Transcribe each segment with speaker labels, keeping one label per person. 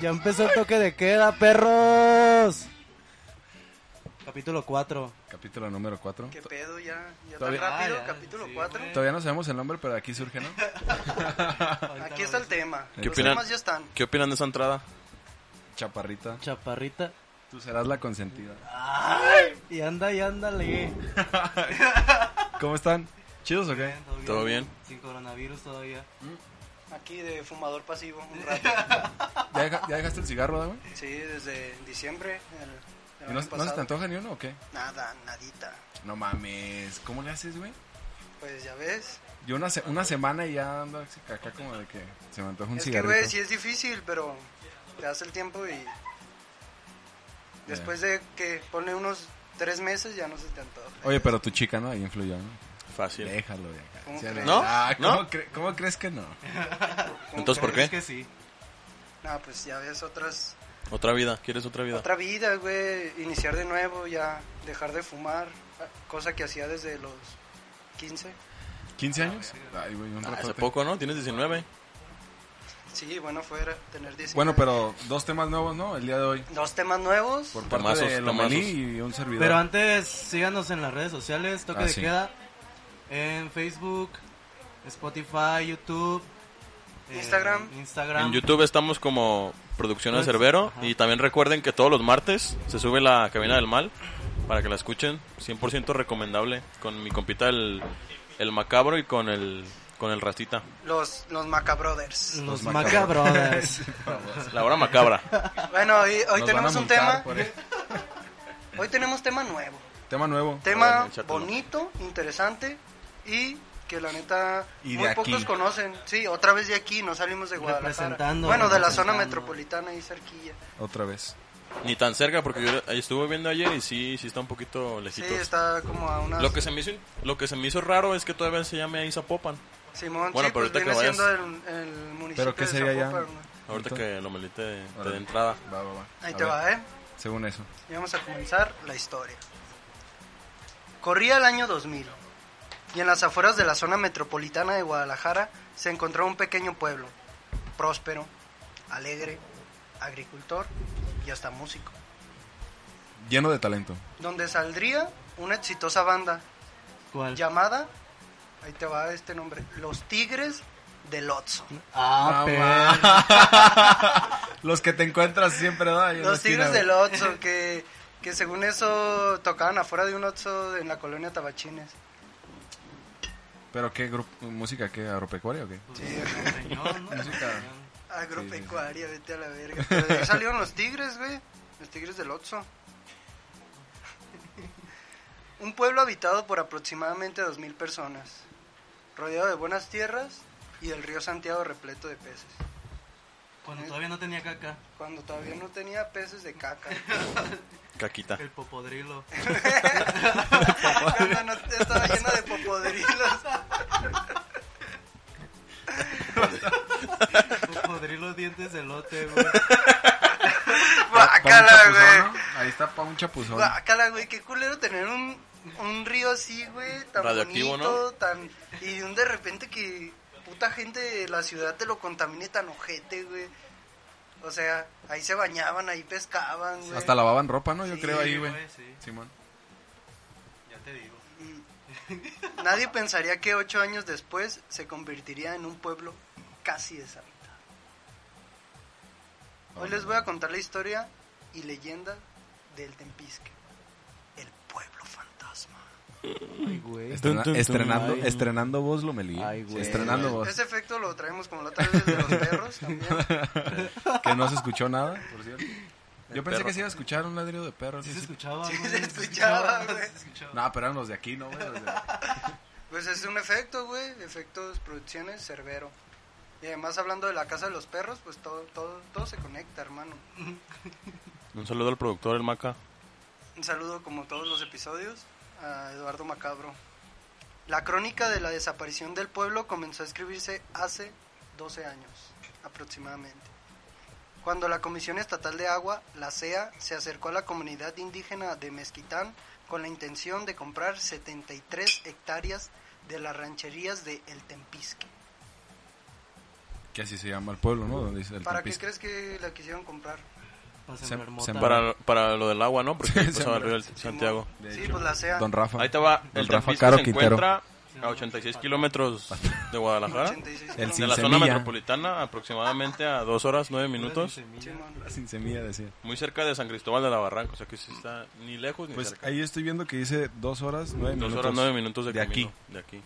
Speaker 1: Ya empezó el toque de queda, perros. Capítulo 4.
Speaker 2: Capítulo número 4.
Speaker 3: ¿Qué pedo ya? ¿Ya tan
Speaker 2: Todavía-
Speaker 3: rápido?
Speaker 1: Ah, ya,
Speaker 3: Capítulo
Speaker 1: sí,
Speaker 3: 4.
Speaker 1: güey.
Speaker 2: Todavía no sabemos el nombre, pero aquí surge, ¿no?
Speaker 3: Aquí está el tema.
Speaker 2: ¿Qué
Speaker 3: Los
Speaker 2: opinan?
Speaker 3: temas ya están.
Speaker 4: ¿Qué opinan de esa entrada?
Speaker 2: Chaparrita.
Speaker 1: Chaparrita.
Speaker 2: Tú serás la consentida.
Speaker 1: Y anda y ándale.
Speaker 2: ¿Cómo están? ¿Chidos o qué?
Speaker 4: ¿Todo bien?
Speaker 1: Sin coronavirus todavía.
Speaker 3: Aquí de fumador pasivo un rato.
Speaker 2: ¿Ya, deja- ya dejaste el cigarro, ¿verdad, güey?
Speaker 3: Sí, desde diciembre del, del
Speaker 2: ¿Y no,
Speaker 3: año
Speaker 2: no se te
Speaker 3: pasado.
Speaker 2: antoja ni uno o qué?
Speaker 3: Nada, nadita.
Speaker 2: No mames. ¿Cómo le haces, güey?
Speaker 3: Pues ya ves.
Speaker 2: Yo una, se- una semana y ya ando así acá como de que se me antoja un
Speaker 3: es que,
Speaker 2: cigarrito.
Speaker 3: güey, sí es difícil, pero te das el tiempo y... Después de que pone unos tres meses ya no se te antoja.
Speaker 2: Oye, pero tu chica, ¿no? Ahí influyó, ¿no?
Speaker 4: Fácil.
Speaker 2: Déjalo de acá.
Speaker 3: ¿Cómo
Speaker 2: Sí, a la-
Speaker 3: crees?
Speaker 4: ¿No?
Speaker 2: Ah, ¿cómo,
Speaker 4: ¿No?
Speaker 2: cre- cómo crees que no?
Speaker 4: Entonces, ¿por qué?
Speaker 1: Es que sí.
Speaker 3: No, pues ya ves otras...
Speaker 4: Otra vida, ¿quieres otra vida?
Speaker 3: Otra vida, güey. Iniciar de nuevo, ya dejar de fumar. Cosa que hacía desde los 15.
Speaker 2: ¿15 años? Ay, güey, un
Speaker 4: Ah, hace
Speaker 2: ratote.
Speaker 4: poco, ¿no? Tienes 19.
Speaker 3: Sí, bueno, fuera tener 19.
Speaker 2: Bueno, pero dos temas nuevos, ¿no? El día de hoy.
Speaker 3: Dos temas nuevos.
Speaker 2: Por parte
Speaker 4: Tomazos,
Speaker 2: de
Speaker 4: tomazos.
Speaker 2: Lomelí y un servidor.
Speaker 1: Pero antes, síganos en las redes sociales, toque
Speaker 2: Ah,
Speaker 1: de
Speaker 2: sí.
Speaker 1: queda, en Facebook, Spotify, YouTube, eh,
Speaker 3: Instagram.
Speaker 1: Instagram.
Speaker 4: En YouTube estamos como Producciones
Speaker 1: Pues,
Speaker 4: Cerbero.
Speaker 1: ajá.
Speaker 4: Y también recuerden que todos los martes se sube la cabina del mal para que la escuchen. 100% recomendable con mi compita el, el macabro y con el, con el rastita.
Speaker 3: Los, los Macabrothers.
Speaker 1: Los
Speaker 2: Los Macabros.
Speaker 1: Macabrothers.
Speaker 4: La hora macabra.
Speaker 3: Bueno, hoy, hoy
Speaker 2: Mm. Nos
Speaker 3: tenemos
Speaker 2: van a
Speaker 3: un
Speaker 2: multar
Speaker 3: tema.
Speaker 2: por eso.
Speaker 3: Hoy tenemos tema nuevo.
Speaker 2: Tema nuevo.
Speaker 4: A
Speaker 3: Tema
Speaker 4: ver, échatelo.
Speaker 3: bonito, interesante y que la neta
Speaker 2: Y de
Speaker 3: muy
Speaker 2: aquí.
Speaker 3: pocos conocen. Sí, otra vez de aquí, no salimos de Guadalajara.
Speaker 1: Representando,
Speaker 3: Bueno, de la zona
Speaker 1: representando.
Speaker 3: metropolitana ahí cerquilla.
Speaker 2: Otra vez.
Speaker 4: Ni tan cerca porque yo ahí estuve viendo ayer y sí, sí está un poquito
Speaker 3: Sí,
Speaker 4: lejito.
Speaker 3: está como a unas...
Speaker 4: Lo que se me hizo, lo que se me hizo raro es que todavía se llame ahí Zapopan.
Speaker 3: Simón,
Speaker 4: Bueno,
Speaker 3: sí,
Speaker 4: pero
Speaker 3: pues
Speaker 4: ahorita
Speaker 3: viene
Speaker 4: que
Speaker 3: siendo
Speaker 4: vayas-
Speaker 3: el, el municipio
Speaker 2: ¿Pero qué
Speaker 3: de
Speaker 2: sería ya?
Speaker 3: Zapopan, ¿no?
Speaker 4: Ahorita
Speaker 2: Entonces-
Speaker 4: que lo melite de
Speaker 2: Órale.
Speaker 4: entrada.
Speaker 2: Va, va, va.
Speaker 3: Ahí
Speaker 2: A
Speaker 3: te
Speaker 2: ver,
Speaker 3: va, ¿eh?
Speaker 2: Según eso.
Speaker 3: Y vamos a comenzar la historia. Corría el año 2000 y en las afueras de la zona metropolitana de Guadalajara se encontró un pequeño pueblo, próspero, alegre, agricultor y hasta músico,
Speaker 2: Lleno de talento.
Speaker 3: donde saldría una exitosa banda
Speaker 1: ¿Cuál?
Speaker 3: llamada, ahí te va este nombre, Los Tigres del Otso.
Speaker 1: Ah,
Speaker 2: Ah,
Speaker 1: perro.
Speaker 2: Los que te encuentras siempre, ¿no? Ahí en la
Speaker 3: Los
Speaker 2: esquina,
Speaker 3: Tigres del
Speaker 2: güey.
Speaker 3: Otso, que, que según eso tocaban afuera de un Otso en la colonia Tabachines.
Speaker 2: ¿Pero qué grupo, música? ¿Qué? ¿Agropecuaria o qué?
Speaker 3: Sí,
Speaker 1: Señor, ¿no?
Speaker 2: Música.
Speaker 3: Agropecuaria, vete a la verga. Pero de ahí salieron los tigres, güey. Los tigres del Oxxo. Un pueblo habitado por aproximadamente 2.000 personas, rodeado de buenas tierras y el río Santiago repleto de peces.
Speaker 1: Cuando todavía no tenía caca.
Speaker 3: Cuando todavía no tenía peces de caca.
Speaker 4: Caquita.
Speaker 1: El popodrilo.
Speaker 3: Cuando no estaba lleno de popodrilos.
Speaker 1: Popodrilo dientes de lote, güey.
Speaker 2: Pa- pa' un chapuzón,
Speaker 3: Bácala, güey.
Speaker 2: ¿no? Ahí está pa' un chapuzón.
Speaker 3: Bácala, güey. Qué culero tener un, un río así, güey. Tan
Speaker 4: Radioactivo,
Speaker 3: bonito,
Speaker 4: ¿no?
Speaker 3: tan... Y de un de repente que puta gente de la ciudad te lo contamine tan ojete, güey. O sea, ahí se bañaban, ahí pescaban, güey.
Speaker 2: Hasta lavaban ropa, ¿no? Yo
Speaker 3: Sí,
Speaker 2: creo ahí,
Speaker 1: Sí,
Speaker 2: güey.
Speaker 1: sí.
Speaker 2: Simón.
Speaker 1: Ya te digo.
Speaker 3: Mm. Nadie pensaría que ocho años después se convertiría en un pueblo casi deshabitado. Hoy les voy a contar la historia y leyenda del Tempisque, el pueblo fantasma.
Speaker 1: Ay, güey.
Speaker 2: Estrena-
Speaker 4: Tum, tum, tum.
Speaker 2: estrenando,
Speaker 4: Ay.
Speaker 2: estrenando voz, Lomelí.
Speaker 1: Ay, güey.
Speaker 2: Estrenando voz.
Speaker 3: Eh, Ese efecto lo traemos como la otra vez de los perros también.
Speaker 2: Que no se escuchó nada, por cierto. Yo pensé
Speaker 4: perro.
Speaker 2: que se iba a escuchar un ladrido de perro.
Speaker 1: Sí
Speaker 2: sí,
Speaker 1: se
Speaker 2: sí.
Speaker 1: escuchaba,
Speaker 3: Sí
Speaker 1: güey.
Speaker 3: se escuchaba,
Speaker 1: sí
Speaker 3: güey.
Speaker 1: se escuchaba.
Speaker 2: No, pero eran los de aquí, ¿no? güey? Los de-
Speaker 3: Pues es un efecto, güey. Efectos, producciones, Cerbero. Y además hablando de la casa de los perros, pues todo, todo, todo se conecta, hermano.
Speaker 4: Un saludo al productor, el Maca.
Speaker 3: Un saludo como todos los episodios a Eduardo Macabro. La crónica de la desaparición del pueblo comenzó a escribirse hace 12 años aproximadamente, cuando la Comisión Estatal de Agua, la CEA, se acercó a la comunidad indígena de Mezquitán con la intención de comprar 73 hectáreas de las rancherías de El Tempisque.
Speaker 2: Que así se llama el pueblo, ¿no? Donde dice el
Speaker 3: ¿Para qué
Speaker 2: campista.
Speaker 3: crees que la quisieron comprar?
Speaker 1: Para
Speaker 2: Sem-
Speaker 1: sembrar mota.
Speaker 2: sembrar-
Speaker 4: Para, para lo del agua, ¿no? Porque ahí pasaba el río del
Speaker 3: Simón.
Speaker 4: Santiago.
Speaker 2: De
Speaker 3: Sí,
Speaker 2: hecho,
Speaker 3: pues la sea.
Speaker 2: Don Rafa.
Speaker 4: Ahí te va.
Speaker 2: Don
Speaker 4: El
Speaker 2: Rafa
Speaker 4: Tempisco
Speaker 2: Caro
Speaker 4: se
Speaker 2: Quintero.
Speaker 4: encuentra a 86 kilómetros de Guadalajara.
Speaker 3: 86
Speaker 2: El
Speaker 3: kilómetros.
Speaker 4: De la
Speaker 2: Sin
Speaker 4: zona
Speaker 2: semilla.
Speaker 4: metropolitana, aproximadamente a 2 horas 9 minutos.
Speaker 3: Simón.
Speaker 2: Sin semilla, decía.
Speaker 4: Muy cerca de San Cristóbal de la Barranca. O sea que sí está ni lejos ni
Speaker 2: Pues
Speaker 4: cerca.
Speaker 2: ahí estoy viendo que dice dos horas, nueve
Speaker 4: 2
Speaker 2: minutos.
Speaker 4: horas 9 minutos de,
Speaker 2: de aquí.
Speaker 4: camino, De aquí.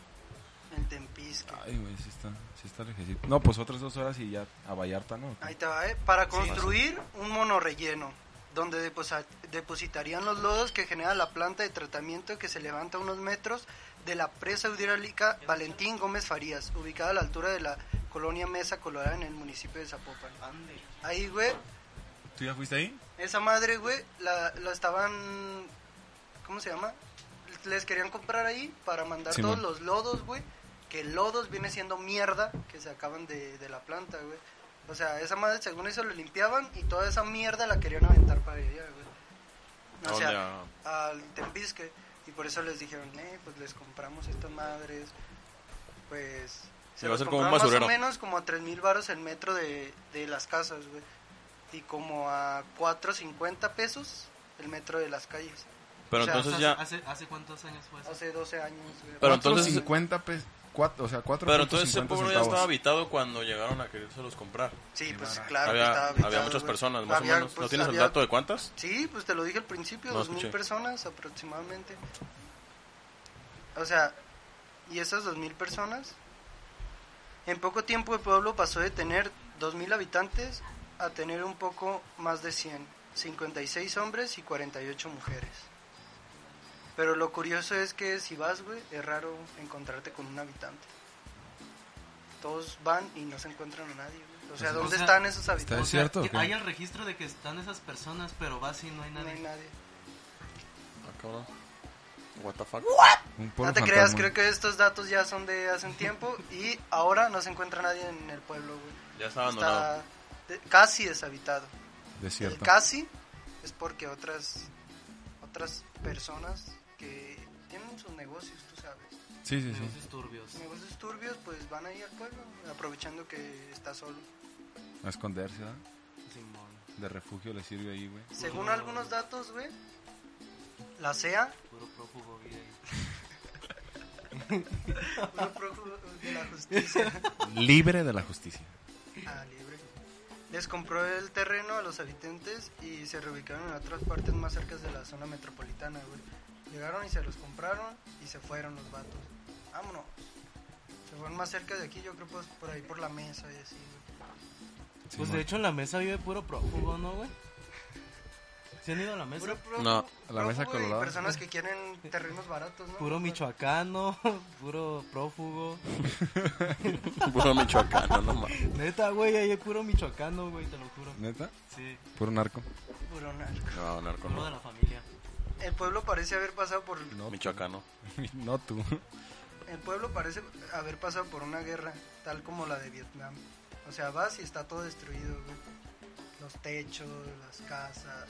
Speaker 3: El Tempisque.
Speaker 2: Ay, güey, sí está, sí está lejecito. No, pues otras dos horas y ya a Vallarta, ¿no?
Speaker 3: Ahí te va, ¿eh? Para construir un monorrelleno, donde deposa- depositarían los lodos que genera la planta de tratamiento que se levanta a unos metros de la presa hidráulica Valentín Gómez Farías, ubicada a la altura de la colonia Mesa Colorada en el municipio de Zapopan. Ahí, güey,
Speaker 2: ¿Tú ya fuiste ahí?
Speaker 3: esa madre, güey, la, la estaban... ¿Cómo se llama? Les querían comprar ahí para mandar
Speaker 2: Simón.
Speaker 3: todos los lodos, güey. Que lodos viene siendo mierda que se acaban de, de la planta, güey. O sea, esa madre según eso lo limpiaban y toda esa mierda la querían aventar para allá, güey.
Speaker 4: ¿A
Speaker 3: O
Speaker 4: dónde?
Speaker 3: sea, al Tempisque. Y por eso les dijeron, eh, pues les compramos estas madres. Pues...
Speaker 4: Iba a
Speaker 3: los
Speaker 4: ser como un
Speaker 3: compraron
Speaker 4: basurero.
Speaker 3: Más o menos como a 3.000 varos el metro de, de las casas, güey y como a 4.50 pesos el metro de las calles.
Speaker 4: Pero
Speaker 3: O sea,
Speaker 4: entonces
Speaker 1: ¿Hace-
Speaker 4: ya.
Speaker 1: ¿Hace, hace cuántos años fue eso?
Speaker 3: Hace 12 años. güey.
Speaker 4: Pero
Speaker 2: entonces...
Speaker 4: entonces-
Speaker 2: 50 pesos. Cuatro, o sea, cuatro
Speaker 4: Pero entonces ese
Speaker 2: centavos.
Speaker 4: pueblo ya estaba habitado cuando llegaron a querérselos comprar.
Speaker 3: sí, pues claro. que
Speaker 4: había,
Speaker 3: estaba
Speaker 4: había
Speaker 3: habitado,
Speaker 4: muchas
Speaker 3: güey.
Speaker 4: personas, más
Speaker 3: Había,
Speaker 4: o menos. ¿No
Speaker 3: pues,
Speaker 4: tienes
Speaker 3: había-
Speaker 4: el dato de cuántas?
Speaker 3: Sí, pues te lo dije al principio,
Speaker 4: No
Speaker 3: 2.000
Speaker 4: escuché.
Speaker 3: personas aproximadamente. O sea, y esas 2.000 personas, en poco tiempo el pueblo pasó de tener 2.000 habitantes a tener un poco más de 100, 56 hombres y 48 mujeres. Pero lo curioso es que si vas, güey, es raro encontrarte con un habitante. Todos van y no se encuentran a nadie. güey. O sea,
Speaker 1: Pues, O
Speaker 3: ¿dónde
Speaker 1: sea,
Speaker 3: están esos
Speaker 2: ¿Es
Speaker 3: habitantes?
Speaker 1: O sea,
Speaker 2: cierto o
Speaker 1: que
Speaker 2: qué?
Speaker 1: Hay el registro de que están esas personas, pero vas y no hay
Speaker 3: No
Speaker 1: nadie.
Speaker 3: hay nadie.
Speaker 4: Ah, cabrón. What the fuck.
Speaker 2: Un pueblo
Speaker 3: No te creas,
Speaker 2: fantasma.
Speaker 3: creo que estos datos ya son de hace un tiempo y ahora no se encuentra nadie en el pueblo, güey.
Speaker 4: Ya está abandonado.
Speaker 3: Está de- casi deshabitado. El
Speaker 2: Desierto.
Speaker 3: casi es porque otras otras personas que tienen sus negocios, tú sabes,
Speaker 2: Sí, sí, sí.
Speaker 1: Negocios turbios.
Speaker 3: sus negocios turbios, pues van ahí al pueblo, aprovechando que está solo.
Speaker 2: A esconderse, ¿verdad?
Speaker 1: Simón.
Speaker 2: De refugio le sirve ahí, güey.
Speaker 3: Según algunos datos, güey, la CEA,
Speaker 1: Puro prófugo gay.
Speaker 3: un prófugo de la justicia,
Speaker 2: Libre de la justicia.
Speaker 3: Ah, libre. Les compró el terreno a los habitantes y se reubicaron en otras partes más cerca de la zona metropolitana, güey. Llegaron y se los compraron y se fueron los vatos. Vámonos. Se fueron más cerca de aquí, yo creo, pues por ahí por la mesa y así, güey.
Speaker 2: Sí,
Speaker 1: Pues
Speaker 2: man.
Speaker 1: de hecho en la mesa vive puro prófugo, ¿no, güey? ¿Se han ido a la mesa?
Speaker 3: Puro
Speaker 1: Puro,
Speaker 3: pro-
Speaker 4: No.
Speaker 3: prófugo
Speaker 2: A la mesa
Speaker 3: y
Speaker 2: colorada.
Speaker 3: personas que quieren terrenos baratos, ¿no?
Speaker 1: michoacano, puro prófugo.
Speaker 4: Puro michoacano, no mames.
Speaker 1: Neta, güey, ahí hay puro michoacano, güey, te lo juro.
Speaker 2: ¿Neta?
Speaker 1: Sí,
Speaker 2: Puro narco.
Speaker 3: Puro narco.
Speaker 4: No, narco
Speaker 1: puro de
Speaker 4: no.
Speaker 1: la familia.
Speaker 3: El pueblo parece haber pasado por
Speaker 2: No.
Speaker 4: Michoacano.
Speaker 2: no tú.
Speaker 3: El pueblo parece haber pasado por una guerra, tal como la de Vietnam. O sea, vas y está todo destruido, güey. Los techos, las casas.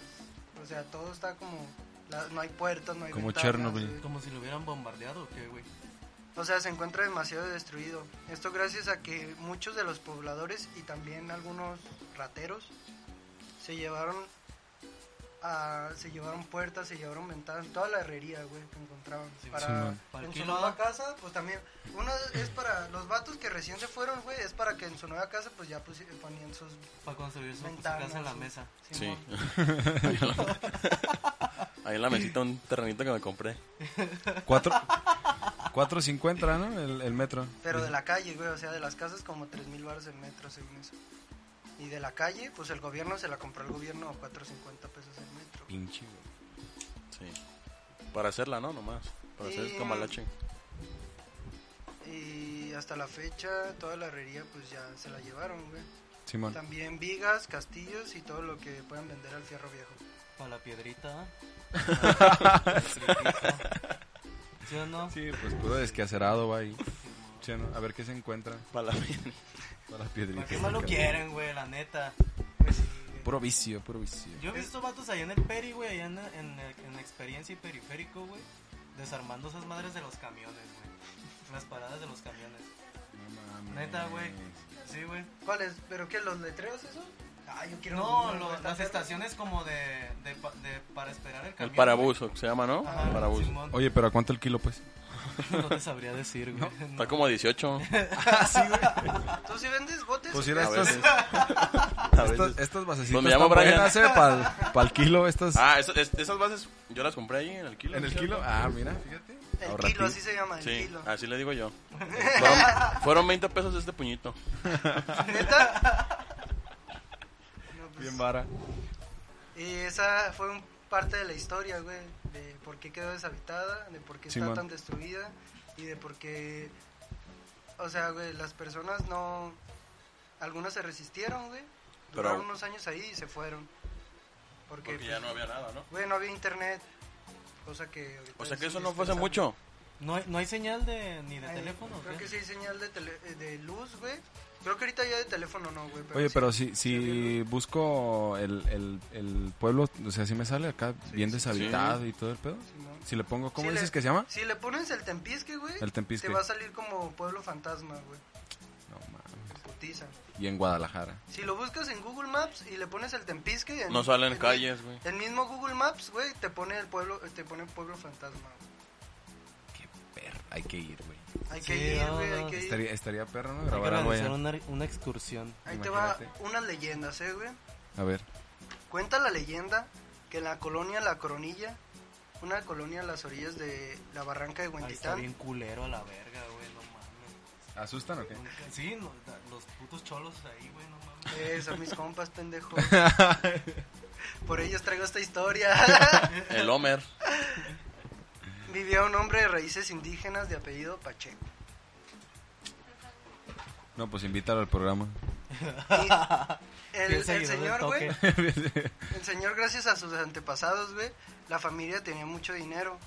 Speaker 3: O sea, todo está como... la- no hay puertas, no hay
Speaker 2: Como
Speaker 3: ventanas,
Speaker 2: Chernobyl.
Speaker 3: güey.
Speaker 1: Como si lo hubieran bombardeado, ¿o qué, güey?
Speaker 3: O sea, se encuentra demasiado destruido. Esto gracias a que muchos de los pobladores y también algunos rateros se llevaron a- se llevaron puertas, se llevaron ventanas, toda la herrería, güey, que encontraban
Speaker 1: Sí,
Speaker 3: para,
Speaker 2: sí, man.
Speaker 1: ¿Para
Speaker 3: en
Speaker 1: qué
Speaker 3: su
Speaker 1: lo
Speaker 3: nueva
Speaker 1: da?
Speaker 3: casa, pues también uno es para los vatos que recién se fueron, güey, es para que en su nueva casa pues ya pues, ponían sus
Speaker 1: Para construir su, su
Speaker 3: ventanas.
Speaker 1: casa en la
Speaker 3: sus-
Speaker 1: mesa.
Speaker 4: Sí.
Speaker 3: Simón.
Speaker 4: Ahí en la mesita un terrenito que me compré.
Speaker 2: Cuatro. 4.50, ¿no? El, el metro. Pues
Speaker 3: Pero de la calle, güey, o sea, de las casas como 3000 baros el metro, según eso. Y de la calle, pues el gobierno se la compró el gobierno a 450 pesos el metro.
Speaker 2: Pinche, güey.
Speaker 4: Sí. Para hacerla, ¿no? Nomás. Para hacer
Speaker 3: Sí.
Speaker 4: camalache.
Speaker 3: Y hasta la fecha toda la herrería pues ya se la llevaron, güey.
Speaker 2: Simón.
Speaker 3: También vigas, castillos y todo lo que puedan vender al fierro viejo.
Speaker 1: Para la piedrita. ¿Sí o no?
Speaker 2: Sí, pues puro desquacerado va ahí. Sí, ¿no? A ver qué se encuentra.
Speaker 4: Para la
Speaker 2: Para las piedritas.
Speaker 1: ¿Para qué más lo quieren, güey? La neta.
Speaker 3: Pues sí, güey.
Speaker 2: Puro vicio, puro vicio.
Speaker 1: Yo he visto vatos allá en el Peri, güey, allá en, en, en Experiencia y Periférico, güey, desarmando esas madres de los camiones, güey. Las paradas de los camiones.
Speaker 2: No mames.
Speaker 1: Neta, güey. Sí, güey.
Speaker 3: ¿Cuáles? ¿Pero qué? ¿Los letreros eso? Ah, yo quiero...
Speaker 1: No,
Speaker 3: uno,
Speaker 1: lo-
Speaker 3: güey, está
Speaker 1: las
Speaker 3: perro.
Speaker 1: estaciones como de, de, pa- de- para esperar el
Speaker 4: El
Speaker 1: camión.
Speaker 4: parabús, o que se llama, ¿no?
Speaker 1: güey. Ajá,
Speaker 4: parabús.
Speaker 1: Simón.
Speaker 2: Oye, pero ¿a cuánto el kilo, pues?
Speaker 1: No te sabría decir, güey.
Speaker 4: Está como a 18.
Speaker 3: ¿Tú sí vendes botes?
Speaker 2: Pues
Speaker 3: o
Speaker 2: era
Speaker 3: qué?
Speaker 4: A veces.
Speaker 2: estas,
Speaker 4: A
Speaker 2: estas,
Speaker 4: veces.
Speaker 2: estas basecitas
Speaker 4: Donde pues llamo Brian.
Speaker 2: para el eh, kilo, estas...
Speaker 4: Ah, eso- es- esas bases yo las compré ahí en el kilo.
Speaker 2: ¿En el
Speaker 4: ¿sí?
Speaker 2: kilo? Ah, mira, fíjate.
Speaker 3: El
Speaker 2: Ahorrativo.
Speaker 3: kilo, así se llama, el
Speaker 4: Sí, Ah,
Speaker 3: kilo.
Speaker 4: así le digo yo. Fueron, fueron 20 pesos este puñito.
Speaker 3: ¿Neta? No, pues,
Speaker 2: Bien vara.
Speaker 3: Y esa fue un parte de la historia, güey, de por qué quedó deshabitada, de por qué está
Speaker 2: Simón.
Speaker 3: tan destruida y de por qué, o sea, güey, las personas no, algunas se resistieron, güey,
Speaker 4: Pero-
Speaker 3: duraron unos años ahí y se fueron, porque, pues,
Speaker 4: Porque ya no había nada, ¿no?
Speaker 3: güey, no había internet, cosa que... ahorita
Speaker 4: O sea que
Speaker 3: es
Speaker 4: eso no fue hace
Speaker 3: indispensable.
Speaker 4: mucho.
Speaker 1: No hay, no hay señal de, ni de
Speaker 3: Ay,
Speaker 1: teléfono.
Speaker 3: Creo
Speaker 1: ¿qué?
Speaker 3: que sí hay señal de, tele- eh, de luz, güey. Creo que ahorita ya de teléfono no, güey.
Speaker 2: Oye,
Speaker 3: sí.
Speaker 2: pero si, si busco el, el, el pueblo, o sea, si me sale acá bien deshabitado y todo el pedo.
Speaker 3: Simón.
Speaker 2: Si le pongo, ¿cómo
Speaker 3: Si le-
Speaker 2: dices que se llama?
Speaker 3: Si le pones el tempisque, güey,
Speaker 2: El Tempisque.
Speaker 3: te va a salir como pueblo fantasma, güey.
Speaker 2: No mames.
Speaker 3: Putiza.
Speaker 2: Y en Guadalajara.
Speaker 3: Si lo buscas en Google Maps y le pones el tempisque... en-
Speaker 4: No salen
Speaker 3: en-
Speaker 4: calles, güey.
Speaker 3: El mismo Google Maps, güey, te pone el pueblo, te pone pueblo fantasma, güey.
Speaker 2: Qué perra, hay que ir, güey.
Speaker 3: Hay
Speaker 1: Sí,
Speaker 3: que ir,
Speaker 1: no,
Speaker 3: güey, hay
Speaker 1: no,
Speaker 3: que ir.
Speaker 2: Estaría, estaría perro, ¿no?
Speaker 1: Hay que
Speaker 2: Grabar algo
Speaker 1: organizar
Speaker 2: allá.
Speaker 1: una, una excursión.
Speaker 3: Ahí te
Speaker 2: Imagínate.
Speaker 3: va unas leyendas, eh, güey.
Speaker 2: A ver.
Speaker 3: Cuenta la leyenda que en la colonia La Coronilla, una colonia a las orillas de la barranca de
Speaker 1: Ahí está
Speaker 3: Huentitán,
Speaker 1: bien culero a la verga, güey, no mames.
Speaker 2: ¿Asustan o qué?
Speaker 1: Nunca- Sí, no, da- los putos cholos ahí, güey, no mames.
Speaker 3: Eh, son mis compas, pendejo. Por ellos traigo esta historia.
Speaker 4: El Homer.
Speaker 3: Vivía un hombre de raíces indígenas de apellido Pacheco.
Speaker 2: No, pues invítalo al programa.
Speaker 3: Y el,
Speaker 1: Bien
Speaker 3: el
Speaker 1: seguidor del
Speaker 3: señor, güey,
Speaker 1: toque.
Speaker 3: el señor, gracias a sus antepasados, güey, la familia tenía mucho dinero.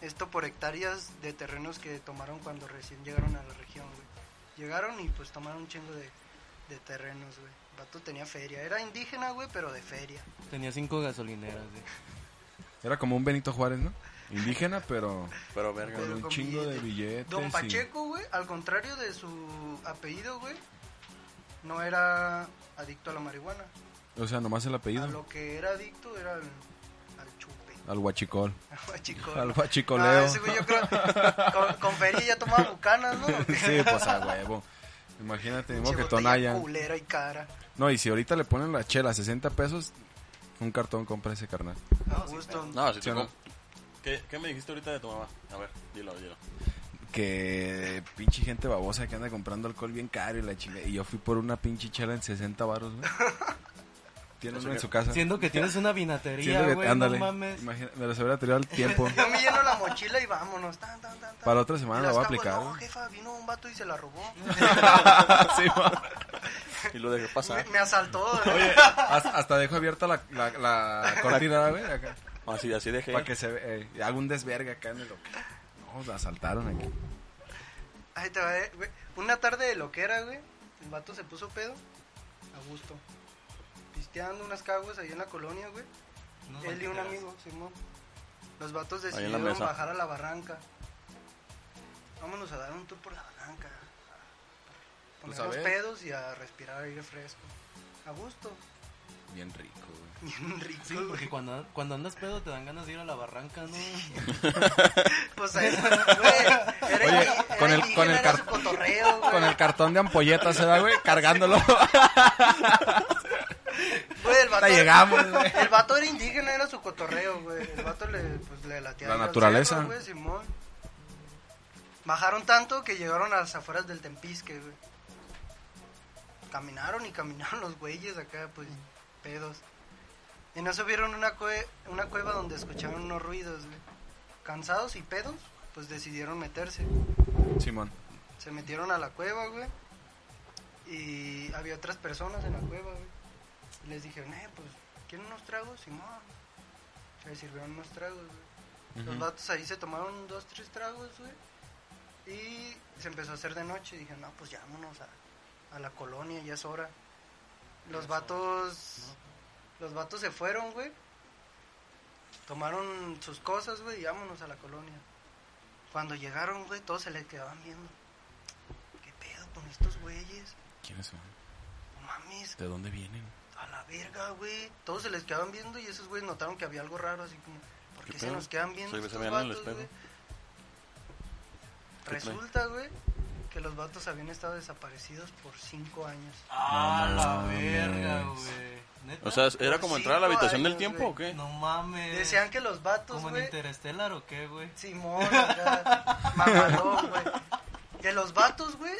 Speaker 3: Esto por hectáreas de terrenos que tomaron cuando recién llegaron a la región, güey. Llegaron y pues tomaron un chingo de, de terrenos, güey. El Vato tenía feria. Era indígena, güey, pero de feria.
Speaker 1: Tenía cinco gasolineras, güey.
Speaker 2: Era como un Benito Juárez, ¿no? Indígena, pero
Speaker 4: Pero verga.
Speaker 2: con
Speaker 3: Pero
Speaker 2: un
Speaker 3: con
Speaker 2: chingo de
Speaker 3: billetes.
Speaker 2: billetes.
Speaker 3: Don
Speaker 2: y-
Speaker 3: Pacheco, güey, al contrario de su apellido, güey, no era adicto a la marihuana.
Speaker 2: O sea, nomás el
Speaker 3: A
Speaker 2: apellido.
Speaker 3: lo que era adicto era al, al chupe.
Speaker 2: Al huachicol.
Speaker 3: Al guachicol.
Speaker 2: Al
Speaker 3: Ah,
Speaker 2: huachicoleo.
Speaker 3: ese güey yo creo, con, con feria ya tomaba bucanas, ¿no?
Speaker 2: sí, pues a huevo. Imagínate, mismo que
Speaker 3: Pinche botella
Speaker 2: Tonayan.
Speaker 3: Culera y cara.
Speaker 2: No, y si ahorita le ponen la chela a 60 pesos, un cartón compra ese carnal.
Speaker 3: A gusto.
Speaker 4: No, si
Speaker 2: Sí,
Speaker 4: te
Speaker 2: no.
Speaker 4: ¿Qué, ¿Qué me dijiste ahorita de tu mamá? A ver, dilo, dilo.
Speaker 2: Que pinche gente babosa que anda comprando alcohol bien caro y la chingada. Y yo fui por una pinche chela en 60 baros, güey. Tiene uno en su casa.
Speaker 1: Siendo que tienes una
Speaker 2: Siento
Speaker 1: vinatería,
Speaker 2: que-
Speaker 1: güey,
Speaker 2: ándale.
Speaker 1: no mames.
Speaker 2: Imagina- me los hubiera tirado al tiempo.
Speaker 3: Yo me lleno la mochila y vámonos. Tan, tan, tan, tan.
Speaker 2: Para otra semana
Speaker 3: Y
Speaker 2: la
Speaker 3: las
Speaker 2: voy a
Speaker 3: caguas,
Speaker 2: aplicar,
Speaker 3: No,
Speaker 2: ¿eh?
Speaker 3: jefa, vino un vato y se la robó.
Speaker 2: Sí, va.
Speaker 4: Y lo dejé
Speaker 3: me,
Speaker 4: pasar.
Speaker 3: me asaltó. ¿no?
Speaker 2: hasta, hasta dejo abierta la, la, la cortina, güey, acá.
Speaker 4: Así, así dejé.
Speaker 2: Para que se vea. eh, hago un desvergue acá en el local. No, la asaltaron aquí.
Speaker 3: Ahí te va, eh, güey. Una tarde de loquera, güey. El vato se puso pedo. A gusto. Pisteando unas caguas ahí en la colonia, güey.
Speaker 1: Unos
Speaker 3: Él y un
Speaker 1: banqueteros.
Speaker 3: amigo, Simón. Los vatos
Speaker 4: en la
Speaker 3: decidieron
Speaker 4: mesa.
Speaker 3: bajar a la barranca. Vámonos a dar un tour por la barranca. A
Speaker 2: Pues a
Speaker 3: Poner los
Speaker 2: ver.
Speaker 3: pedos y a respirar aire fresco. A gusto.
Speaker 2: Bien rico, güey.
Speaker 3: Bien rico,
Speaker 1: Sí,
Speaker 3: güey.
Speaker 1: porque cuando, cuando andas pedo te dan ganas de ir a la barranca, ¿no?
Speaker 3: Pues ahí, güey. Era,
Speaker 2: Oye,
Speaker 3: era
Speaker 2: con el-
Speaker 3: indígena,
Speaker 2: con el
Speaker 3: era
Speaker 2: car-
Speaker 3: su cotorreo, güey.
Speaker 2: Con el cartón de ampolleta se da, güey, cargándolo.
Speaker 3: Güey, el vato,
Speaker 2: Hasta llegamos, güey.
Speaker 3: El vato era indígena, era su cotorreo, güey. El vato le, pues, le latía.
Speaker 2: La
Speaker 3: ahí al
Speaker 2: naturaleza.
Speaker 3: cerro, güey, Simón. Bajaron tanto que llegaron a las afueras del Tempisque, güey. Caminaron y caminaron los güeyes acá, pues, pedos. En eso vieron una, cue- una cueva donde escucharon unos ruidos, güey. Cansados y pedos, pues decidieron meterse.
Speaker 2: Simón.
Speaker 3: Se metieron a la cueva, güey. Y había otras personas en la cueva, güey. Y les dijeron, eh, pues, ¿quieren unos tragos? Simón. Se sirvieron unos tragos, güey. Los vatos ahí se tomaron dos, tres tragos, güey. Y se empezó a hacer de noche. Y dijeron, no, pues llámonos a, a la colonia, ya es hora. Los vatos. Los vatos se fueron, güey. Tomaron sus cosas, güey, y vámonos a la colonia. Cuando llegaron, güey, todos se les quedaban viendo. ¿Qué pedo con estos güeyes?
Speaker 2: ¿Quiénes son?
Speaker 3: No mames,
Speaker 2: ¿De dónde vienen?
Speaker 3: a la verga, güey. Todos se les quedaban viendo y esos güeyes notaron que había algo raro, así como, ¿por
Speaker 4: ¿Qué
Speaker 3: qué se
Speaker 4: pedo?
Speaker 3: nos quedan viendo?
Speaker 4: Sí, me
Speaker 3: estos
Speaker 4: se veían en el
Speaker 3: vatos,
Speaker 4: espejo.
Speaker 3: güey? Resulta, güey, que los vatos habían estado desaparecidos por cinco años.
Speaker 1: Ah,
Speaker 2: No
Speaker 1: la
Speaker 2: mames.
Speaker 1: verga, güey. ¿Neta?
Speaker 4: O sea, ¿era como entrar a la
Speaker 3: cinco
Speaker 4: habitación del
Speaker 3: años,
Speaker 4: tiempo
Speaker 3: güey.
Speaker 4: o qué?
Speaker 1: no mames.
Speaker 3: Decían que los vatos,
Speaker 1: Eh, ¿Como en
Speaker 3: güey,
Speaker 1: Interstellar o qué, güey?
Speaker 3: Simón, acá, mamalón, güey. Que los vatos, güey,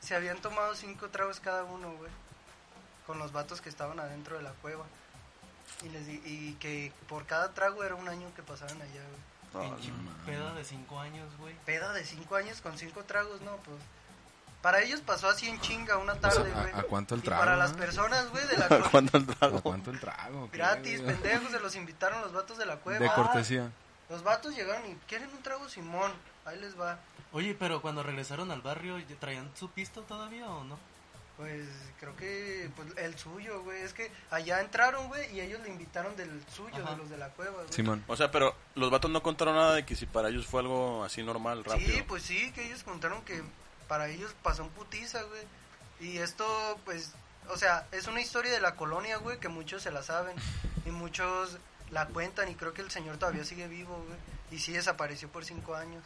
Speaker 3: se habían tomado cinco tragos cada uno, güey. Con los vatos que estaban adentro de la cueva. Y, les di- y que por cada trago era un año que pasaban allá, güey.
Speaker 4: Ah,
Speaker 1: Pinche peda de 5 años, güey.
Speaker 3: Peda de cinco años con cinco tragos, no, pues. Para ellos pasó así en chinga una
Speaker 2: O sea,
Speaker 3: tarde, güey.
Speaker 2: Pues, ¿a, a cuánto el
Speaker 3: Y
Speaker 2: trago?
Speaker 3: para las
Speaker 2: ah?
Speaker 3: personas, güey, de la
Speaker 4: ¿A
Speaker 3: cueva.
Speaker 4: cuánto el
Speaker 2: ¿A
Speaker 4: trago?
Speaker 2: cuánto el trago? ¿Qué?
Speaker 3: Gratis, pendejos, se los invitaron los vatos de la cueva. Ah,
Speaker 2: De cortesía.
Speaker 3: Los vatos llegaron y quieren un trago Simón. Ahí les va.
Speaker 1: Oye, pero cuando regresaron al barrio, ¿ya ¿traían su pisto todavía o no?
Speaker 3: Pues creo que pues, el suyo, güey. Es que allá entraron, güey, y ellos le invitaron del suyo,
Speaker 1: Ajá.
Speaker 3: de los de la cueva, güey.
Speaker 2: Simón.
Speaker 4: O sea, pero los vatos no contaron nada de que si para ellos fue algo así normal, rápido.
Speaker 3: Sí, pues sí, que ellos contaron que para ellos pasó un putiza, güey. Y esto, pues, o sea, es una historia de la colonia, güey, que muchos se la saben. Y muchos la cuentan, y creo que el señor todavía sigue vivo, güey. Y sí desapareció por cinco años.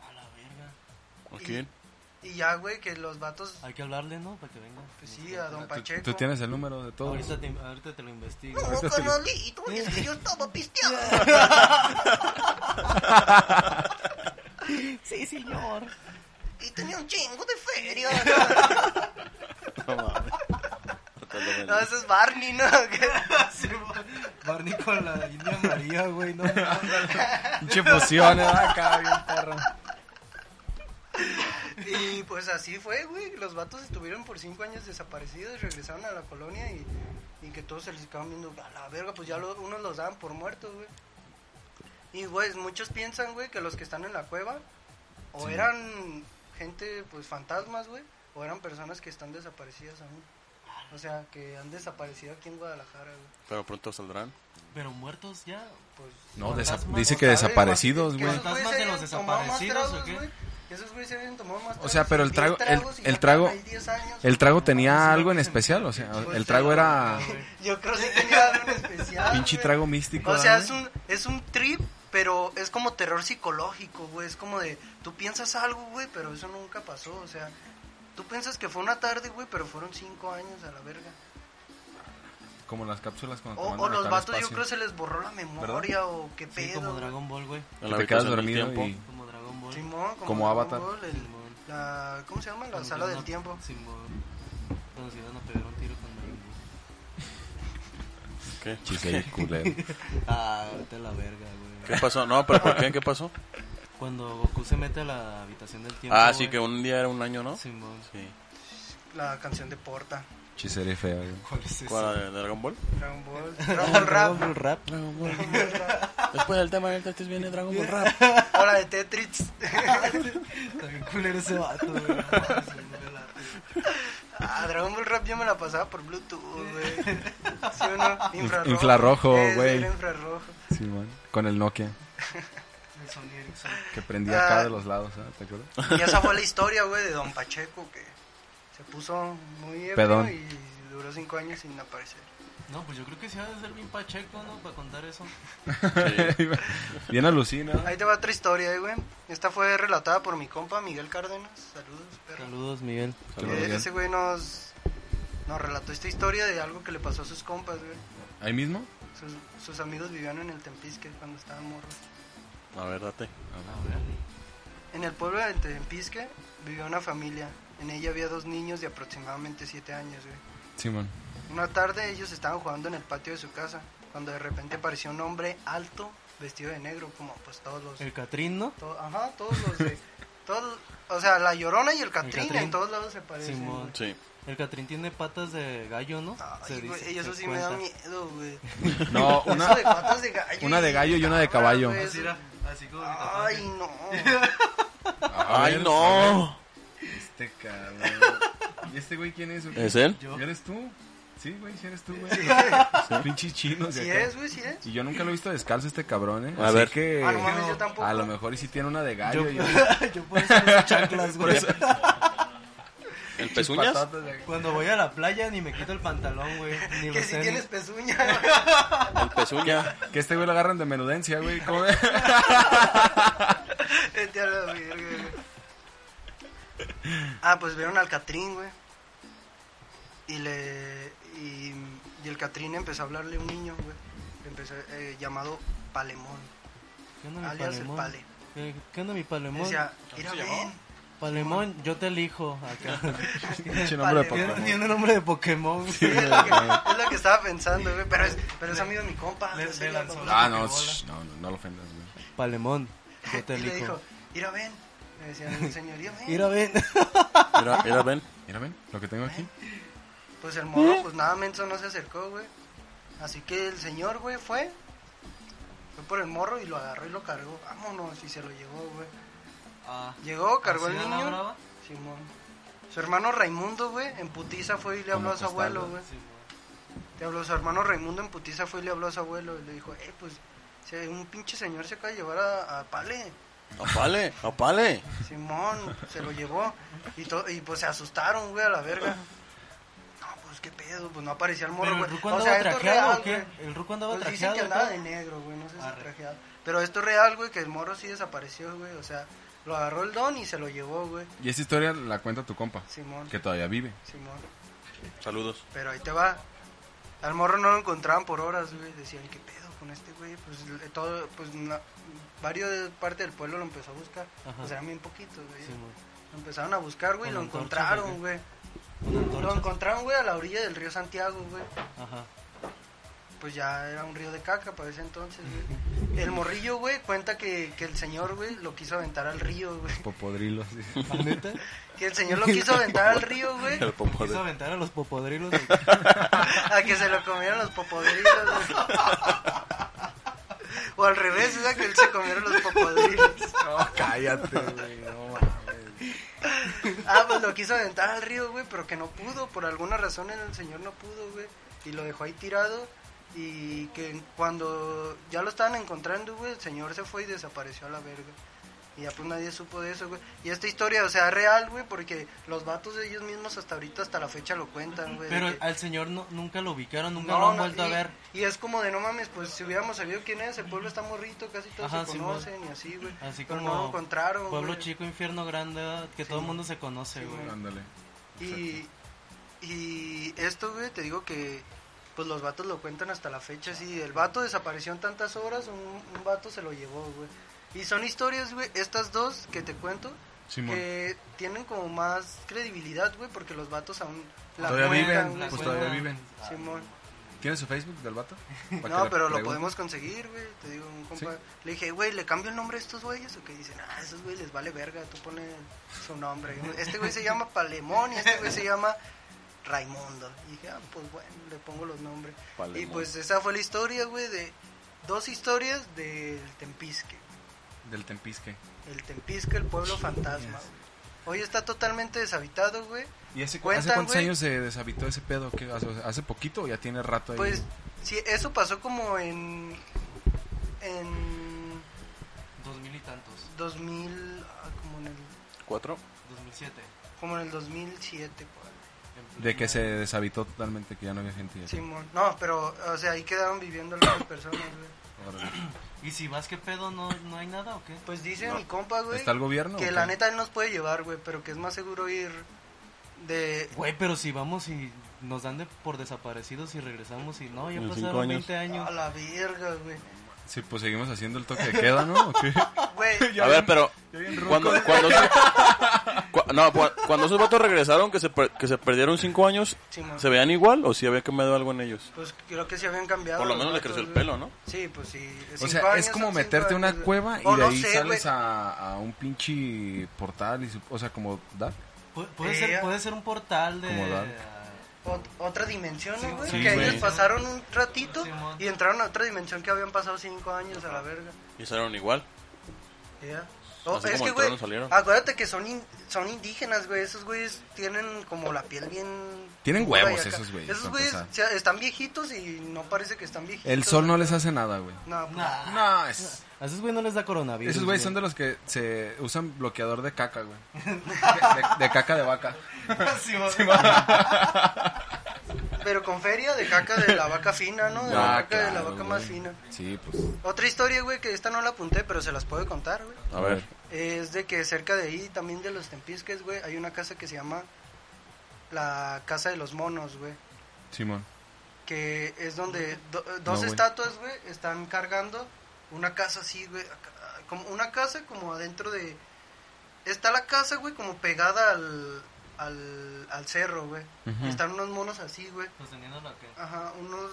Speaker 1: A la verga.
Speaker 4: Ok.
Speaker 3: Y ya, güey, que los vatos,
Speaker 1: Hay que hablarle, ¿no? Para que venga.
Speaker 3: pues sí, a don Pacheco.
Speaker 2: ¿Tú tienes el número de todos?
Speaker 1: Ahorita te, ahorita te lo investigo.
Speaker 3: No,
Speaker 2: Ahorita se lo-
Speaker 3: carnalito, es que yo estaba pisteado.
Speaker 1: sí, señor.
Speaker 3: Y tenía un chingo de feria.
Speaker 4: No mames. Hasta lo
Speaker 3: No,
Speaker 4: menos.
Speaker 3: eso es Barney, ¿no?
Speaker 1: Ah, Barney con la India María, güey. No, no,
Speaker 2: Pinche fusión, ¿eh? Acá, bien perro.
Speaker 3: y pues así fue, güey. Los vatos estuvieron por cinco años desaparecidos, regresaron a la colonia y, y que todos se les estaban viendo a la verga, pues ya lo- unos los daban por muertos, güey. Y, güey, muchos piensan, güey, que los que están en la cueva o eran gente, pues, fantasmas, güey, o eran personas que están desaparecidas aún. O sea, que han desaparecido aquí en Guadalajara, güey.
Speaker 4: Pero pronto saldrán.
Speaker 1: Pero muertos ya.
Speaker 3: Pues,
Speaker 2: No, desa-
Speaker 1: Fantasma.
Speaker 2: dice que
Speaker 3: Sabe,
Speaker 2: desaparecidos,
Speaker 3: que
Speaker 2: güey.
Speaker 3: esos
Speaker 1: ¿Fantasmas
Speaker 3: se
Speaker 1: de los
Speaker 3: habían tomado más
Speaker 1: desaparecidos o
Speaker 3: tragos,
Speaker 1: qué?
Speaker 3: güey. Esos güeyes se habían tomado más
Speaker 2: O sea,
Speaker 3: tragos,
Speaker 2: pero el trago-
Speaker 3: 10
Speaker 2: el-
Speaker 3: tragos y
Speaker 2: el
Speaker 3: ya
Speaker 2: trago-
Speaker 3: traen ahí 10 años.
Speaker 2: El trago tenía
Speaker 1: sí,
Speaker 2: algo en
Speaker 1: sí, sí.
Speaker 2: especial, o sea,
Speaker 3: Pues
Speaker 2: el
Speaker 3: sí,
Speaker 2: trago era
Speaker 1: la verga, güey.
Speaker 3: Yo creo que sí tenía algo especial.
Speaker 2: pinche
Speaker 3: güey.
Speaker 2: trago místico.
Speaker 3: O sea,
Speaker 2: ¿verdad?
Speaker 3: es un, es un trip, pero es como terror psicológico, güey. Es como de, tú piensas algo, güey, pero eso nunca pasó. O sea, tú piensas que fue una tarde, güey, pero fueron cinco años a la verga.
Speaker 2: Como las cápsulas cuando
Speaker 3: O,
Speaker 2: te
Speaker 3: o
Speaker 2: mandan
Speaker 3: los
Speaker 2: acá al
Speaker 3: vatos, yo
Speaker 2: espacio.
Speaker 3: creo, se les borró la memoria o qué pedo.
Speaker 1: Sí, como
Speaker 3: güey.
Speaker 1: Dragon Ball, güey.
Speaker 4: En la
Speaker 2: Que te quedas
Speaker 4: habitación del
Speaker 2: dormido
Speaker 4: tiempo.
Speaker 2: y-
Speaker 1: Como Dragon Ball.
Speaker 3: Simón, como,
Speaker 2: Como
Speaker 3: Dragon
Speaker 2: Avatar.
Speaker 3: Ball, el-
Speaker 1: Simón.
Speaker 3: la, ¿Cómo se llama? La
Speaker 1: Cuando
Speaker 3: sala
Speaker 1: se
Speaker 3: del
Speaker 1: iban a-
Speaker 3: tiempo.
Speaker 1: Simón. Cuando se iban a pegar un tiro con Dragon Ball.
Speaker 4: ¿Qué?
Speaker 2: Chiste culero.
Speaker 1: Ah, vete a la verga, güey.
Speaker 4: ¿Qué pasó? No, pero ¿por qué? ¿Qué pasó?
Speaker 1: Cuando Goku se mete a la habitación del tiempo.
Speaker 4: Ah, sí,
Speaker 1: güey.
Speaker 4: que un día era un año, ¿no? Sí.
Speaker 1: Simón.
Speaker 3: La canción de Porta.
Speaker 2: Chiste feo, güey.
Speaker 1: ¿Cuál es ese?
Speaker 4: ¿Cuál? ¿De Dragon Ball?
Speaker 3: Dragon Ball. Dragon Ball Rap.
Speaker 1: Dragon Ball Rap.
Speaker 4: Dragon Ball.
Speaker 3: Dragon Ball Rap.
Speaker 4: Después del tema del Tetris viene Dragon Ball Rap.
Speaker 3: Hora de Tetris.
Speaker 1: Está bien culero ese vato, güey. No mames, me late.
Speaker 3: Ah, Dragon Ball Rap yo me la pasaba por Bluetooth, güey. ¿Sí o no? Infrarrojo.
Speaker 2: infrarrojo,
Speaker 3: Eh, sí,
Speaker 2: güey.
Speaker 3: era infrarrojo.
Speaker 2: Sí, man. Con el Nokia,
Speaker 1: El Sony Ericsson.
Speaker 2: que prendía acá
Speaker 3: Ah.
Speaker 2: de los lados, ¿ah? ¿te acuerdas?
Speaker 3: Y esa fue la historia, güey, de Don Pacheco, que se puso muy ebrio
Speaker 2: Pedón.
Speaker 3: y duró cinco años sin aparecer.
Speaker 1: No, pues yo creo que sí ha de ser bien pacheco, ¿no? Para contar eso.
Speaker 2: Bien alucina.
Speaker 3: Ahí te va otra historia, eh, güey. Esta fue relatada por mi compa Miguel Cárdenas. Saludos, perro.
Speaker 1: Saludos, Miguel.
Speaker 2: Saludos,
Speaker 3: Eh,
Speaker 2: Miguel.
Speaker 3: ese güey nos, nos relató esta historia de algo que le pasó a sus compas, güey.
Speaker 2: ¿Ahí mismo?
Speaker 3: Sus, sus amigos vivían en el Tempisque cuando estaban morros.
Speaker 4: A ver, date.
Speaker 1: A ver.
Speaker 3: En el pueblo del Tempisque vivía una familia. En ella había dos niños de aproximadamente 7 años, güey.
Speaker 2: Sí, man.
Speaker 3: Una tarde ellos estaban jugando en el patio de su casa, cuando de repente apareció un hombre alto, vestido de negro, como pues todos los...
Speaker 1: El Catrín, ¿no?
Speaker 3: to- ajá, todos los de... todos- o sea, la Llorona y el Catrín
Speaker 1: Catrín.
Speaker 3: en todos lados se parecen.
Speaker 1: Simón.
Speaker 3: güey.
Speaker 4: Sí.
Speaker 1: El Catrín tiene patas de gallo, ¿no?
Speaker 3: Ay, güey, eso
Speaker 1: se
Speaker 3: sí me da
Speaker 1: cuenta.
Speaker 3: miedo, güey.
Speaker 2: No,
Speaker 3: Eso
Speaker 2: una,
Speaker 3: de patas de gallo.
Speaker 2: una de gallo y una de
Speaker 3: cabra,
Speaker 2: caballo.
Speaker 3: güey,
Speaker 1: Así
Speaker 3: eso-
Speaker 1: era, así como que tapaba
Speaker 3: Ay,
Speaker 1: que-
Speaker 3: no.
Speaker 2: A
Speaker 4: ¡Ay,
Speaker 2: ver, a ver.
Speaker 4: no!
Speaker 2: Este cabrón. ¿Y este güey quién es? o qué?
Speaker 4: ¿Es él?
Speaker 1: Yo.
Speaker 2: ¿Y ¿Eres tú? Sí, güey, sí eres tú, güey. Pinche chino.
Speaker 3: Si es, güey, si es.
Speaker 2: Y yo nunca lo he visto descalzo este cabrón, ¿eh?
Speaker 4: A
Speaker 2: Así
Speaker 4: ver.
Speaker 2: que
Speaker 3: Ah, no mames, yo tampoco.
Speaker 2: a lo mejor y sí tiene una de gallo.
Speaker 1: Yo,
Speaker 2: y-
Speaker 1: yo por eso uso chanclas, güey.
Speaker 4: El pezuñas?
Speaker 2: patatas de-
Speaker 1: Cuando voy a la playa ni me quito el pantalón, güey. Ni
Speaker 3: Que
Speaker 1: los
Speaker 3: si
Speaker 1: tenis.
Speaker 3: tienes pezuña.
Speaker 4: El pezuña.
Speaker 2: Que este güey lo agarran de menudencia, güey. ¿Cómo ve?
Speaker 3: Vete a la verga, güey. Ah, pues vieron al Catrín, güey. Y le. Y, y el Catrín empezó a hablarle a un niño, güey. Empezó, eh, llamado Palemón.
Speaker 1: ¿Qué onda mi
Speaker 3: alias el
Speaker 1: Mm, palemón?
Speaker 3: Pale.
Speaker 1: ¿Qué, qué onda mi palemón?
Speaker 3: Decía, mira,
Speaker 4: se
Speaker 3: ven.
Speaker 4: llamaba?
Speaker 1: Palemón, yo te elijo acá.
Speaker 2: Pinche nombre
Speaker 1: tiene,
Speaker 2: de Pokémon.
Speaker 1: tiene nombre de Pokémon. güey.
Speaker 3: Sí, es, lo que, es lo que estaba pensando, güey. Pero es, pero es amigo de mi compa.
Speaker 1: le-
Speaker 3: no sé,
Speaker 1: le
Speaker 3: la-
Speaker 1: lanzó
Speaker 2: Ah, no, shh, no, no, no lo ofendas, güey.
Speaker 1: Palemón, yo te
Speaker 3: Y le dijo, "Eh,
Speaker 1: elijo.
Speaker 3: mira, ven. Le decían, señoría, ven.
Speaker 1: Mira, ven.
Speaker 4: Era, era Ben.
Speaker 2: Mira, ven, lo que tengo aquí.
Speaker 3: Pues el
Speaker 1: ¿Eh?
Speaker 3: morro, pues nada menso no se acercó, güey. Así que el señor, güey, fue. Fue por el morro y lo agarró y lo cargó. Vámonos, y se lo llevó, güey.
Speaker 1: Ah,
Speaker 3: Llegó, cargó al
Speaker 1: ¿así a la
Speaker 3: niño.
Speaker 1: brava?
Speaker 3: Simón. Su hermano Raimundo, güey, en putiza fue y le habló
Speaker 2: Como
Speaker 3: a su
Speaker 2: costal,
Speaker 3: abuelo,
Speaker 2: ¿no?
Speaker 3: güey.
Speaker 1: Sí, güey.
Speaker 3: Le habló su hermano Raimundo en putiza fue y le habló a su abuelo. Y le dijo, eh, pues, si un pinche señor se acaba de llevar a, a Pale.
Speaker 4: Apale, apale.
Speaker 3: Simón se lo llevó y, to- y pues se asustaron, güey, a la verga. No, pues qué pedo, pues no aparecía el morro,
Speaker 1: ¿Pero el
Speaker 3: güey.
Speaker 1: ruco
Speaker 3: O
Speaker 1: andaba
Speaker 3: sea, esto es
Speaker 1: trajeado
Speaker 3: real,
Speaker 1: o qué?
Speaker 3: güey.
Speaker 1: ¿El ruco andaba
Speaker 3: Pues
Speaker 1: trajeado
Speaker 3: dicen que
Speaker 1: y
Speaker 3: andaba
Speaker 1: tal?
Speaker 3: de negro, güey, no sé si
Speaker 1: Arre.
Speaker 3: trajeado. Pero esto es real, güey, que el morro sí desapareció, güey. O sea, lo agarró el don y se lo llevó, güey.
Speaker 2: Y esa historia la cuenta tu compa,
Speaker 3: Simón,
Speaker 2: que todavía vive.
Speaker 3: Simón.
Speaker 4: Saludos.
Speaker 3: Pero ahí te va. Al morro no lo encontraban por horas, güey. Decían, ¿qué pedo con este güey? Pues le- todo, pues na- varios de parte del pueblo lo empezó a buscar.
Speaker 1: Ajá.
Speaker 3: Pues eran bien poquitos, güey.
Speaker 1: Sí, güey.
Speaker 3: Lo empezaron a buscar, güey,
Speaker 1: Con
Speaker 3: y lo
Speaker 1: antorchas, ¿o
Speaker 3: encontraron,
Speaker 1: qué?
Speaker 3: güey.
Speaker 1: Una
Speaker 3: Lo
Speaker 1: antorcha.
Speaker 3: encontraron, güey, a la orilla del río Santiago, güey.
Speaker 1: Ajá.
Speaker 3: Pues ya era un río de caca para ese entonces, güey. El morrillo, güey, cuenta que, que el señor, güey, lo quiso aventar al río, güey.
Speaker 2: Popodrilos.
Speaker 1: ¿La neta?
Speaker 3: Que el señor lo quiso aventar al río, güey.
Speaker 4: El popo
Speaker 1: Quiso
Speaker 4: de-
Speaker 1: aventar a los popodrilos. güey.
Speaker 3: A que se lo comieron los popodrilos, güey. O al revés, es a que él se comieron los popodrilos.
Speaker 2: No, cállate, güey. No mames.
Speaker 3: Ah, pues lo quiso aventar al río, güey, pero que no pudo. Por alguna razón el señor no pudo, güey. Y lo dejó ahí tirado. Y que cuando ya lo estaban encontrando, güey, el señor se fue y desapareció a la verga. Y ya pues nadie supo de eso, güey. Y esta historia, o sea, es real, güey, porque los vatos de ellos mismos hasta ahorita, hasta la fecha lo cuentan, güey. de
Speaker 1: Pero
Speaker 3: que-
Speaker 1: al señor no, nunca lo ubicaron, nunca
Speaker 3: No,
Speaker 1: lo han
Speaker 3: no,
Speaker 1: vuelto
Speaker 3: y-
Speaker 1: a ver.
Speaker 3: Y es como de no mames, pues si hubiéramos sabido quién es, el pueblo está morrito, casi todos
Speaker 1: Ajá,
Speaker 3: se
Speaker 1: Simón.
Speaker 3: conocen y así, güey.
Speaker 1: Así
Speaker 3: Pero
Speaker 1: como
Speaker 3: no lo encontraron,
Speaker 1: Pueblo
Speaker 3: güey.
Speaker 1: chico, infierno grande, ¿verdad? que todo el
Speaker 3: Sí.
Speaker 1: mundo se conoce,
Speaker 3: Sí,
Speaker 1: güey.
Speaker 3: güey.
Speaker 2: Ándale.
Speaker 3: Y, y esto, güey, te digo que pues los vatos lo cuentan hasta la fecha, sí. El vato desapareció en tantas horas, un, un vato se lo llevó, güey. Y son historias, güey, estas dos que te cuento,
Speaker 2: Simón.
Speaker 3: que tienen como más credibilidad, güey, porque los vatos aún la
Speaker 2: Todavía
Speaker 3: cuentan,
Speaker 2: viven,
Speaker 3: güey,
Speaker 2: pues
Speaker 3: cuentan.
Speaker 2: todavía viven.
Speaker 3: Simón.
Speaker 2: ¿Tienes su Facebook del vato? Pa' que
Speaker 3: No,
Speaker 2: le
Speaker 3: pero lo
Speaker 2: pregunte.
Speaker 3: podemos conseguir, güey. Te digo, un compa.
Speaker 2: Sí.
Speaker 3: Le dije, güey, ¿le cambio el nombre a estos güeyes? O que dicen, ah, esos güeyes les vale verga, tú pones su nombre. Este güey se llama Palemón y este güey se llama Raimundo. Y dije, ah, pues bueno, le pongo los nombres.
Speaker 4: Palemón.
Speaker 3: Y pues esa fue la historia, güey, de dos historias del Tempisque.
Speaker 2: Del Tempisque.
Speaker 3: El Tempisque, el pueblo fantasma. güey. Hoy está totalmente deshabitado, güey.
Speaker 2: ¿Y hace,
Speaker 3: Cuentan,
Speaker 2: hace cuántos
Speaker 3: güey.
Speaker 2: años se deshabitó ese pedo? ¿Qué? ¿Hace, hace poquito o ya tiene rato ahí?
Speaker 3: Pues sí, eso pasó como en... En
Speaker 1: Dos mil y tantos,
Speaker 3: 2000, ah, como en el,
Speaker 4: ¿Cuatro?
Speaker 1: dos mil siete.
Speaker 3: como en el 2007, por ahí.
Speaker 1: en
Speaker 2: de que
Speaker 1: plena-
Speaker 2: se deshabitó totalmente, que ya no había gente. y así.
Speaker 3: Simón. No, pero, o sea, ahí quedaron viviendo algunas personas, güey.
Speaker 2: Órale.
Speaker 1: ¿Y si vas, qué pedo? ¿No, no hay nada o qué?
Speaker 3: Pues dice mi compa, güey,
Speaker 2: ¿Está el gobierno? o
Speaker 3: que
Speaker 2: qué?
Speaker 3: la neta él nos puede llevar, güey, pero que es más seguro ir de...
Speaker 1: Güey, pero si vamos y nos dan de por desaparecidos y regresamos y no, ya
Speaker 4: En
Speaker 1: pasaron
Speaker 4: cinco años.
Speaker 1: 20 años.
Speaker 3: A la verga, güey.
Speaker 2: Sí, pues seguimos haciendo el toque de queda, ¿no? ¿O qué?
Speaker 3: Güey,
Speaker 4: A ver, pero. Cuando, cuando, esos- cua- no, cua- cuando esos vatos regresaron, que se, per- que se perdieron cinco años,
Speaker 3: Simón.
Speaker 4: ¿se veían igual o si había cambiado algo en ellos?
Speaker 3: Pues creo que se habían cambiado.
Speaker 4: Por lo
Speaker 3: los
Speaker 4: menos le
Speaker 3: vatos,
Speaker 4: creció el
Speaker 3: güey.
Speaker 4: pelo, ¿no?
Speaker 3: Sí, pues sí.
Speaker 2: O
Speaker 3: cinco
Speaker 2: sea, es
Speaker 3: años,
Speaker 2: como
Speaker 3: cinco
Speaker 2: meterte a una
Speaker 3: años, güey.
Speaker 2: cueva y
Speaker 3: O
Speaker 2: de
Speaker 3: no
Speaker 2: ahí
Speaker 3: sé,
Speaker 2: sales
Speaker 3: güey.
Speaker 2: a, a un pinche portal y su- o sea, como Dark.
Speaker 1: Pu- puede,
Speaker 3: Eh,
Speaker 1: ser, puede ser un portal de... Ah,
Speaker 2: como la-
Speaker 3: Ot- otra dimensión, ¿no, güey.
Speaker 1: Sí,
Speaker 3: que
Speaker 4: güey.
Speaker 3: ellos pasaron un ratito
Speaker 1: Simón.
Speaker 3: y entraron a otra dimensión que habían pasado cinco años a la verga.
Speaker 4: Y salieron igual.
Speaker 3: Ya. No,
Speaker 4: así
Speaker 3: es
Speaker 4: como
Speaker 3: que,
Speaker 4: entraron,
Speaker 3: güey,
Speaker 4: salieron.
Speaker 3: acuérdate que son, in- son indígenas, güey. Esos güeyes tienen como la piel bien...
Speaker 2: Tienen
Speaker 3: dura y
Speaker 2: huevos
Speaker 3: acá.
Speaker 2: esos güeyes,
Speaker 3: Esos
Speaker 2: para
Speaker 3: güeyes
Speaker 2: empezar.
Speaker 3: o sea, están viejitos y no parece que están viejitos.
Speaker 2: El sol no
Speaker 3: güey.
Speaker 2: les hace nada, güey.
Speaker 3: No, pues,
Speaker 1: Nah.
Speaker 2: No, es...
Speaker 1: A esos güey no les da coronavirus.
Speaker 2: Esos güeyes son de los que se usan bloqueador de caca, güey. De, de- de caca de vaca.
Speaker 1: Sí, va.
Speaker 3: Pero con feria de caca de la vaca fina, ¿no? De
Speaker 2: Ah,
Speaker 3: la vaca de la
Speaker 2: claro,
Speaker 3: vaca más
Speaker 2: güey.
Speaker 3: fina.
Speaker 2: Sí, pues.
Speaker 3: Otra historia, güey, que esta no la apunté, pero se las puedo contar, güey.
Speaker 4: A ver.
Speaker 3: Es de que cerca de ahí, también de los Tempisques, güey, hay una casa que se llama la Casa de los Monos, güey.
Speaker 2: Simón.
Speaker 3: Que es donde
Speaker 2: Mm.
Speaker 3: do- eh, dos
Speaker 2: güey.
Speaker 3: estatuas, güey, están cargando una casa así, güey. acá- Como una casa como adentro de... Está la casa, güey, como pegada al, al, al cerro, güey.
Speaker 2: Ujú.
Speaker 3: Y están unos monos así, güey.
Speaker 1: Sosteniendo la que-
Speaker 3: Ajá, unos,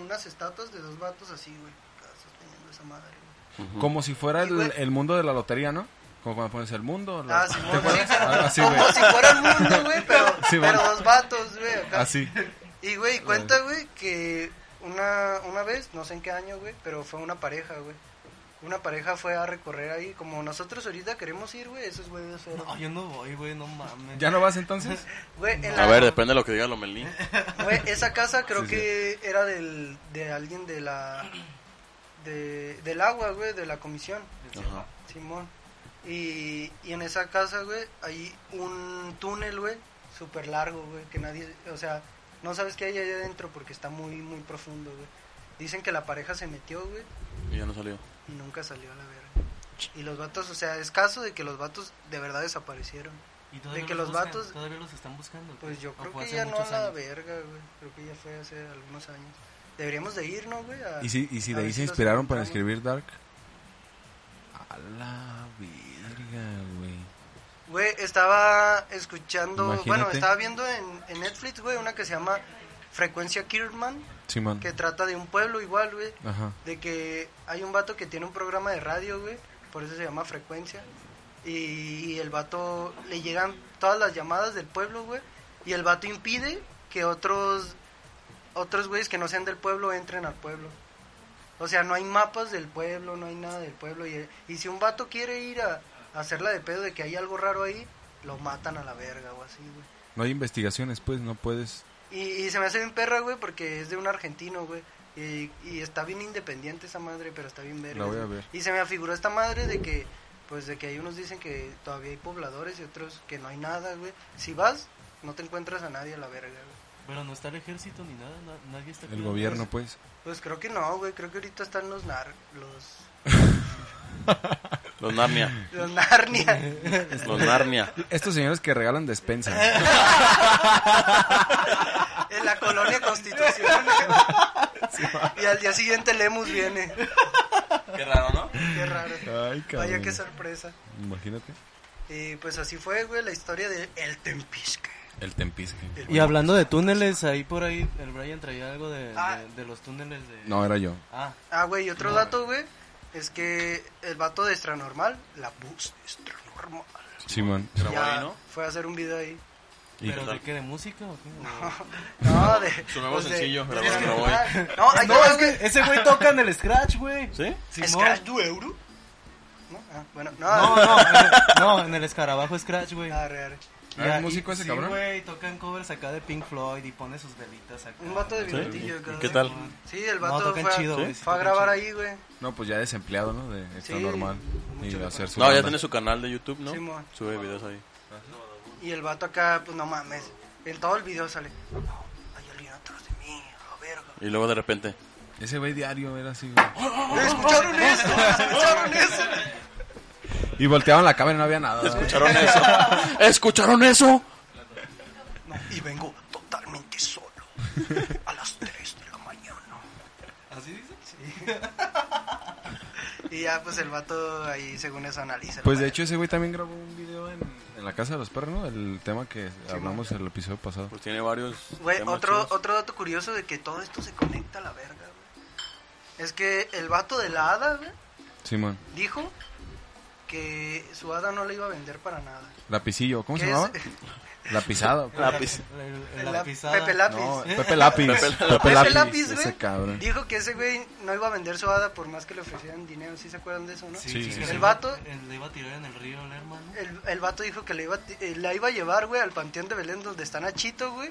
Speaker 3: unas estatuas de dos vatos así, güey. acá Sosteniendo esa madre, güey.
Speaker 2: Como si fuera
Speaker 3: Sí,
Speaker 2: el,
Speaker 3: güey.
Speaker 2: el mundo de la lotería, ¿no? Como cuando pones el mundo. la-
Speaker 3: Ah, Simón,
Speaker 2: ¿Te acuerdas?
Speaker 3: sí.
Speaker 2: Algo así, güey.
Speaker 3: Como si fuera el mundo, güey, pero,
Speaker 2: Sí,
Speaker 3: pero
Speaker 2: bueno.
Speaker 3: dos vatos, güey, acá.
Speaker 2: Así.
Speaker 3: Y, güey, cuenta, güey, que una, una vez, no sé en qué año, güey, pero fue una pareja, güey. Una pareja fue a recorrer ahí, como nosotros ahorita queremos ir, güey, esos güeyes fueron.
Speaker 1: No, yo no voy, güey, no mames.
Speaker 2: ¿Ya no vas entonces?
Speaker 3: Güey, en la-
Speaker 4: A ver, depende de lo que diga Lomelín.
Speaker 3: güey, esa casa creo
Speaker 2: Sí, sí.
Speaker 3: que era del, de alguien de la... De, del agua, güey, de la comisión.
Speaker 4: Ajá.
Speaker 3: Simón. Y, y en esa casa, güey, hay un túnel, güey, súper largo, güey, que nadie, o sea, no sabes qué hay allá adentro porque está muy, muy profundo, güey. Dicen que la pareja se metió, güey,
Speaker 4: Y ya no salió.
Speaker 3: y nunca salió a la verga. Y los vatos, o sea, es caso de que los vatos de verdad desaparecieron.
Speaker 1: ¿Y todavía
Speaker 3: de que los
Speaker 1: buscan?
Speaker 3: vatos-
Speaker 1: Todavía los están buscando.
Speaker 3: Pues yo
Speaker 1: ¿O
Speaker 3: creo
Speaker 1: fue
Speaker 3: que
Speaker 1: hace
Speaker 3: ya no a
Speaker 1: muchos
Speaker 3: la
Speaker 1: años?
Speaker 3: verga, güey. Creo que ya fue hace algunos años. Deberíamos de ir, ¿no, güey? A-
Speaker 2: ¿Y si, y si
Speaker 3: a
Speaker 2: de
Speaker 3: ver
Speaker 2: ahí se
Speaker 3: los
Speaker 2: inspiraron para
Speaker 3: encontramos.
Speaker 2: escribir Dark? A la verga, güey.
Speaker 3: Güey, estaba escuchando, bueno,
Speaker 2: Imagínate.
Speaker 3: estaba viendo en, en Netflix, güey, una que se llama Frecuencia Kirman,
Speaker 2: Simón.
Speaker 3: que trata de un pueblo igual, güey,
Speaker 2: Ajá.
Speaker 3: de que hay un vato que tiene un programa de radio, güey, por eso se llama Frecuencia, y el vato le llegan todas las llamadas del pueblo, güey, y el vato impide que otros otros güeyes que no sean del pueblo entren al pueblo. O sea, no hay mapas del pueblo, no hay nada del pueblo. Y, y si un vato quiere ir a, a hacerla de pedo de que hay algo raro ahí, lo matan a la verga o así, güey.
Speaker 2: No hay investigaciones, pues, no puedes.
Speaker 3: Y, y se me hace bien perra, güey, porque es de un argentino, güey. Y, y está bien independiente esa madre, pero está bien verga.
Speaker 2: La voy a ver.
Speaker 3: Y se me afiguró esta madre de que, pues de que hay unos dicen que todavía hay pobladores y otros que no hay nada, güey. Si vas, no te encuentras a nadie a la verga, güey.
Speaker 1: Pero no está el ejército ni nada, na- nadie está
Speaker 2: El
Speaker 1: cuidando
Speaker 2: gobierno,
Speaker 1: eso.
Speaker 2: pues.
Speaker 3: Pues creo que no, güey. Creo que ahorita están los nar... los...
Speaker 4: Los Narnia.
Speaker 3: los narnia.
Speaker 4: Los Narnia.
Speaker 2: Estos señores que regalan despensa.
Speaker 3: En la colonia Constitución. y al día siguiente Lemus viene.
Speaker 4: Qué raro, ¿no?
Speaker 3: Qué raro.
Speaker 2: Ay,
Speaker 3: Vaya,
Speaker 2: Ah, cabrón.
Speaker 3: qué sorpresa.
Speaker 2: Imagínate.
Speaker 3: Y pues así fue, güey, la historia de El Tempisque.
Speaker 2: El tempisque.
Speaker 1: Y hablando de túneles, ahí por ahí el Brian traía algo de,
Speaker 3: Ah.
Speaker 1: de, de los túneles de...
Speaker 2: No, era yo.
Speaker 1: Ah,
Speaker 3: Ah, güey, y otro dato, güey, es que el vato de Extranormal, la bus de Extranormal,
Speaker 2: Simón.
Speaker 4: Grabó
Speaker 3: ya
Speaker 4: ahí, ¿no?
Speaker 3: fue a hacer un video ahí.
Speaker 2: Y-
Speaker 1: ¿pero
Speaker 4: tal?
Speaker 1: de qué? ¿De música o qué?
Speaker 3: No, de...
Speaker 4: Su nuevo
Speaker 3: pues, de-
Speaker 4: sencillo,
Speaker 3: de
Speaker 4: grabó en
Speaker 3: Extranormal.
Speaker 4: Grabó
Speaker 3: No, ahí
Speaker 1: No,
Speaker 3: te va,
Speaker 1: es que ese güey toca en el scratch, güey.
Speaker 4: ¿Sí?
Speaker 1: Simón.
Speaker 3: ¿Scratch du euro? ¿No? Ah, bueno, no.
Speaker 1: No, eh. no, en el- no, en el escarabajo scratch, güey.
Speaker 3: Arre, arre.
Speaker 2: Ah,
Speaker 1: Ya,
Speaker 2: ¿es músico
Speaker 1: y-
Speaker 2: ese
Speaker 1: sí,
Speaker 2: cabrón?
Speaker 1: güey, tocan covers acá de Pink Floyd y pone sus velitas acá.
Speaker 3: Un vato de
Speaker 4: ¿Sí?
Speaker 3: bigotillo.
Speaker 4: ¿Y
Speaker 3: cabrón.
Speaker 4: qué tal?
Speaker 3: Sí,
Speaker 1: No,
Speaker 3: el vato
Speaker 1: tocan
Speaker 3: fue, a-
Speaker 1: chido,
Speaker 4: ¿Sí?
Speaker 1: güey,
Speaker 3: fue a
Speaker 1: tocan
Speaker 3: grabar
Speaker 1: chido.
Speaker 3: ahí, güey.
Speaker 2: No, pues ya desempleado, ¿no? De está
Speaker 3: Sí,
Speaker 2: normal. Y
Speaker 3: mucho
Speaker 2: hacer su
Speaker 4: No, ya
Speaker 2: banda.
Speaker 4: tiene su canal de YouTube, ¿no?
Speaker 3: Sí, mo.
Speaker 4: Sube videos ahí.
Speaker 3: Y el vato acá, pues no mames. En todo el video sale. No, hay alguien atrás de mí, a verga.
Speaker 4: Y luego de repente.
Speaker 2: Ese güey diario era así, güey.
Speaker 3: ¿Escucharon eso? ¿Escucharon eso?
Speaker 2: Y volteaban la cámara y no había nada.
Speaker 4: ¿Escucharon eso? ¿Escucharon eso?
Speaker 3: No, y vengo totalmente solo. A las 3 de la mañana.
Speaker 1: ¿Así dice?
Speaker 3: Y ya, pues el vato ahí, según eso, analiza.
Speaker 2: Pues de hecho ese güey también grabó un video en, en la casa de los perros, ¿no? El tema que hablamos en el episodio pasado.
Speaker 4: Pues tiene varios.
Speaker 3: Güey,
Speaker 4: temas
Speaker 3: otro,
Speaker 4: chidos.
Speaker 3: otro dato curioso de que todo esto se conecta a la verga, güey. Es que el vato de la hada, güey,
Speaker 2: Simón.
Speaker 3: dijo que su hada no le iba a vender para nada.
Speaker 2: Lapicillo, ¿cómo
Speaker 3: ¿Qué
Speaker 2: se llamaba?
Speaker 3: es?
Speaker 2: Lapizado.
Speaker 4: Lápiz.
Speaker 1: El- el- el
Speaker 3: La-
Speaker 1: lapizada.
Speaker 3: Pepe Lápiz.
Speaker 2: No, Pepe Lápiz.
Speaker 4: ¿Eh? Pepe
Speaker 3: Pepe Lápiz, güey.
Speaker 2: Ese cabrón.
Speaker 3: Dijo que ese güey no iba a vender su hada por más que le ofrecieran dinero, ¿sí se acuerdan de eso, no?
Speaker 1: Sí,
Speaker 2: Sí,
Speaker 1: sí,
Speaker 2: sí,
Speaker 1: que
Speaker 2: sí.
Speaker 1: le
Speaker 3: El
Speaker 1: iba-
Speaker 3: vato- Eh.
Speaker 1: eh, Le iba a tirar en el río el hermano.
Speaker 3: El, el vato dijo que le iba, a ti- eh, la iba a llevar, güey, al panteón de Belén donde están a Chito, güey,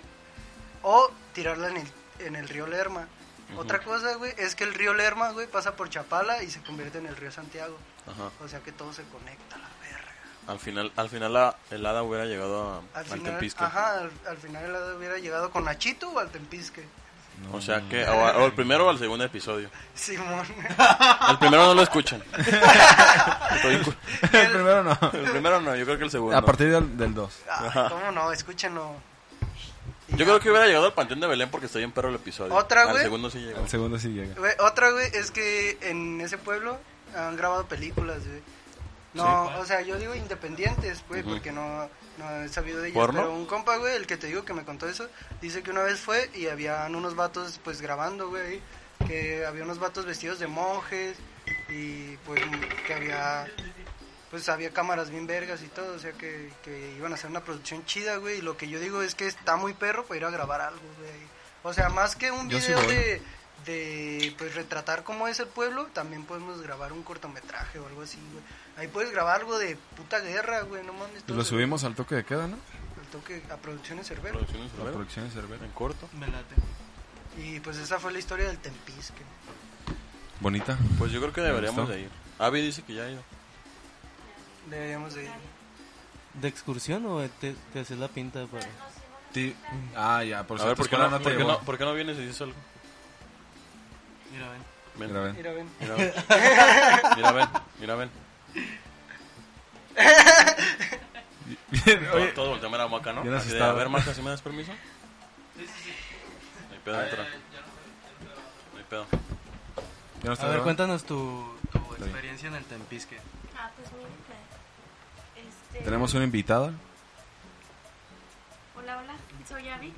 Speaker 3: o tirarla en el, en el río Lerma. Otra cosa, güey, es que el río Lerma, güey, pasa por Chapala y se convierte en el río Santiago.
Speaker 4: Ajá.
Speaker 3: O sea que todo se conecta, la verga.
Speaker 4: Al final, al final la, el hada hubiera llegado a,
Speaker 3: Al
Speaker 4: al
Speaker 3: final,
Speaker 4: Tempisque.
Speaker 3: ajá, al, al final el hada hubiera llegado con Nachito o al Tempisque.
Speaker 4: O sea que, o, o el primero o el segundo episodio.
Speaker 3: Simón.
Speaker 4: El primero no lo escuchan. Estoy cu-
Speaker 2: El primero no.
Speaker 4: el primero no, yo creo que el segundo.
Speaker 2: A partir del- del 2.
Speaker 3: Ay,
Speaker 4: Ajá.
Speaker 3: Ah, ¿Cómo no? Escúchenlo.
Speaker 4: Yo creo que hubiera llegado al Panteón de Belén porque estoy en perro el episodio.
Speaker 3: ¿Otra,
Speaker 4: Al
Speaker 3: güey?
Speaker 4: segundo sí llegó.
Speaker 2: El segundo sí llega.
Speaker 3: Güey, otra, güey, es que en ese pueblo han grabado películas, güey. No,
Speaker 1: Sí.
Speaker 3: o sea, yo digo independientes, güey,
Speaker 4: Ujú.
Speaker 3: porque no, no he sabido de ellas.
Speaker 4: ¿Porno?
Speaker 3: Pero un compa, güey, el que te digo que me contó eso, dice que una vez fue y habían unos vatos, pues, grabando, güey, ahí, que había unos vatos vestidos de monjes y, pues, que había, pues, había cámaras bien vergas y todo, o sea, que, que iban a hacer una producción chida, güey, y lo que yo digo es que está muy perro para ir a grabar algo, güey. O sea, más que un
Speaker 2: Yo sí
Speaker 3: video
Speaker 2: voy.
Speaker 3: de, de pues retratar cómo es el pueblo, también podemos grabar un cortometraje o algo así, güey. Ahí puedes grabar algo de puta guerra, güey, no mames. todo
Speaker 2: Pues Lo
Speaker 3: se-
Speaker 2: subimos al toque de queda, ¿no?
Speaker 3: El toque a producciones Cervelo.
Speaker 4: Producciones
Speaker 2: La
Speaker 4: Olvera,
Speaker 2: producción de Cervera.
Speaker 4: En corto.
Speaker 1: Me late.
Speaker 3: Y pues esa fue la historia del Tempisque.
Speaker 2: Bonita.
Speaker 4: Pues yo creo que
Speaker 2: Me
Speaker 4: deberíamos
Speaker 2: gustó.
Speaker 4: de ir. Avi dice que ya ha ido.
Speaker 3: Deberíamos de ir.
Speaker 1: ¿De excursión o de- te, te haces la pinta para.?
Speaker 2: Ah, ya, por
Speaker 4: a ver,
Speaker 2: cierto,
Speaker 4: ¿por qué,
Speaker 2: escuela
Speaker 4: no,
Speaker 2: te
Speaker 4: por, qué
Speaker 2: llevó.
Speaker 4: no, por qué no vienes y dices algo?
Speaker 1: Mira, ven.
Speaker 4: Ven.
Speaker 2: Mira, ven.
Speaker 3: Mira, ven.
Speaker 4: Mira, ven. Mira, ven. Mira, ven. Todo- Todos voltean a ver a Maca, ¿no?
Speaker 2: bien
Speaker 4: Así de,
Speaker 2: asustado.
Speaker 4: a ver, Maca, ¿sí me das permiso? Sí, sí, sí. No hay pedo, entra. No hay pedo.
Speaker 2: Ya no está
Speaker 1: A ver,
Speaker 2: grabando.
Speaker 1: cuéntanos tu, tu experiencia en el Tempisque.
Speaker 5: Ah, pues miren, me- este,
Speaker 2: Tenemos una invitada.
Speaker 5: Hola, hola, soy Abby.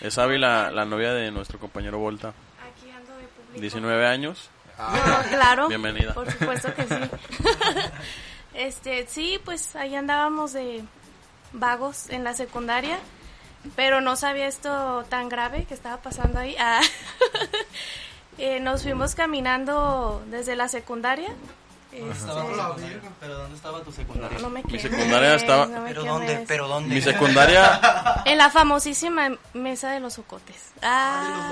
Speaker 4: Es Avi la, la novia de nuestro compañero Volta.
Speaker 5: Aquí ando de público.
Speaker 4: 19 años.
Speaker 5: No, claro.
Speaker 4: Bienvenida.
Speaker 5: Por supuesto que sí. este, sí, pues ahí andábamos de vagos en la secundaria, pero no sabía esto tan grave que estaba pasando ahí. Ah. Eh, nos fuimos caminando desde la secundaria. Este,
Speaker 1: Estaba tu secundaria, ¿Pero dónde estaba tu secundaria?
Speaker 5: no me
Speaker 4: Mi
Speaker 5: quemes,
Speaker 4: secundaria estaba-
Speaker 5: no me
Speaker 1: ¿Pero dónde?
Speaker 5: quemes.
Speaker 1: ¿Pero dónde?
Speaker 4: Mi secundaria.
Speaker 5: En la famosísima mesa de los ocotes. Ah.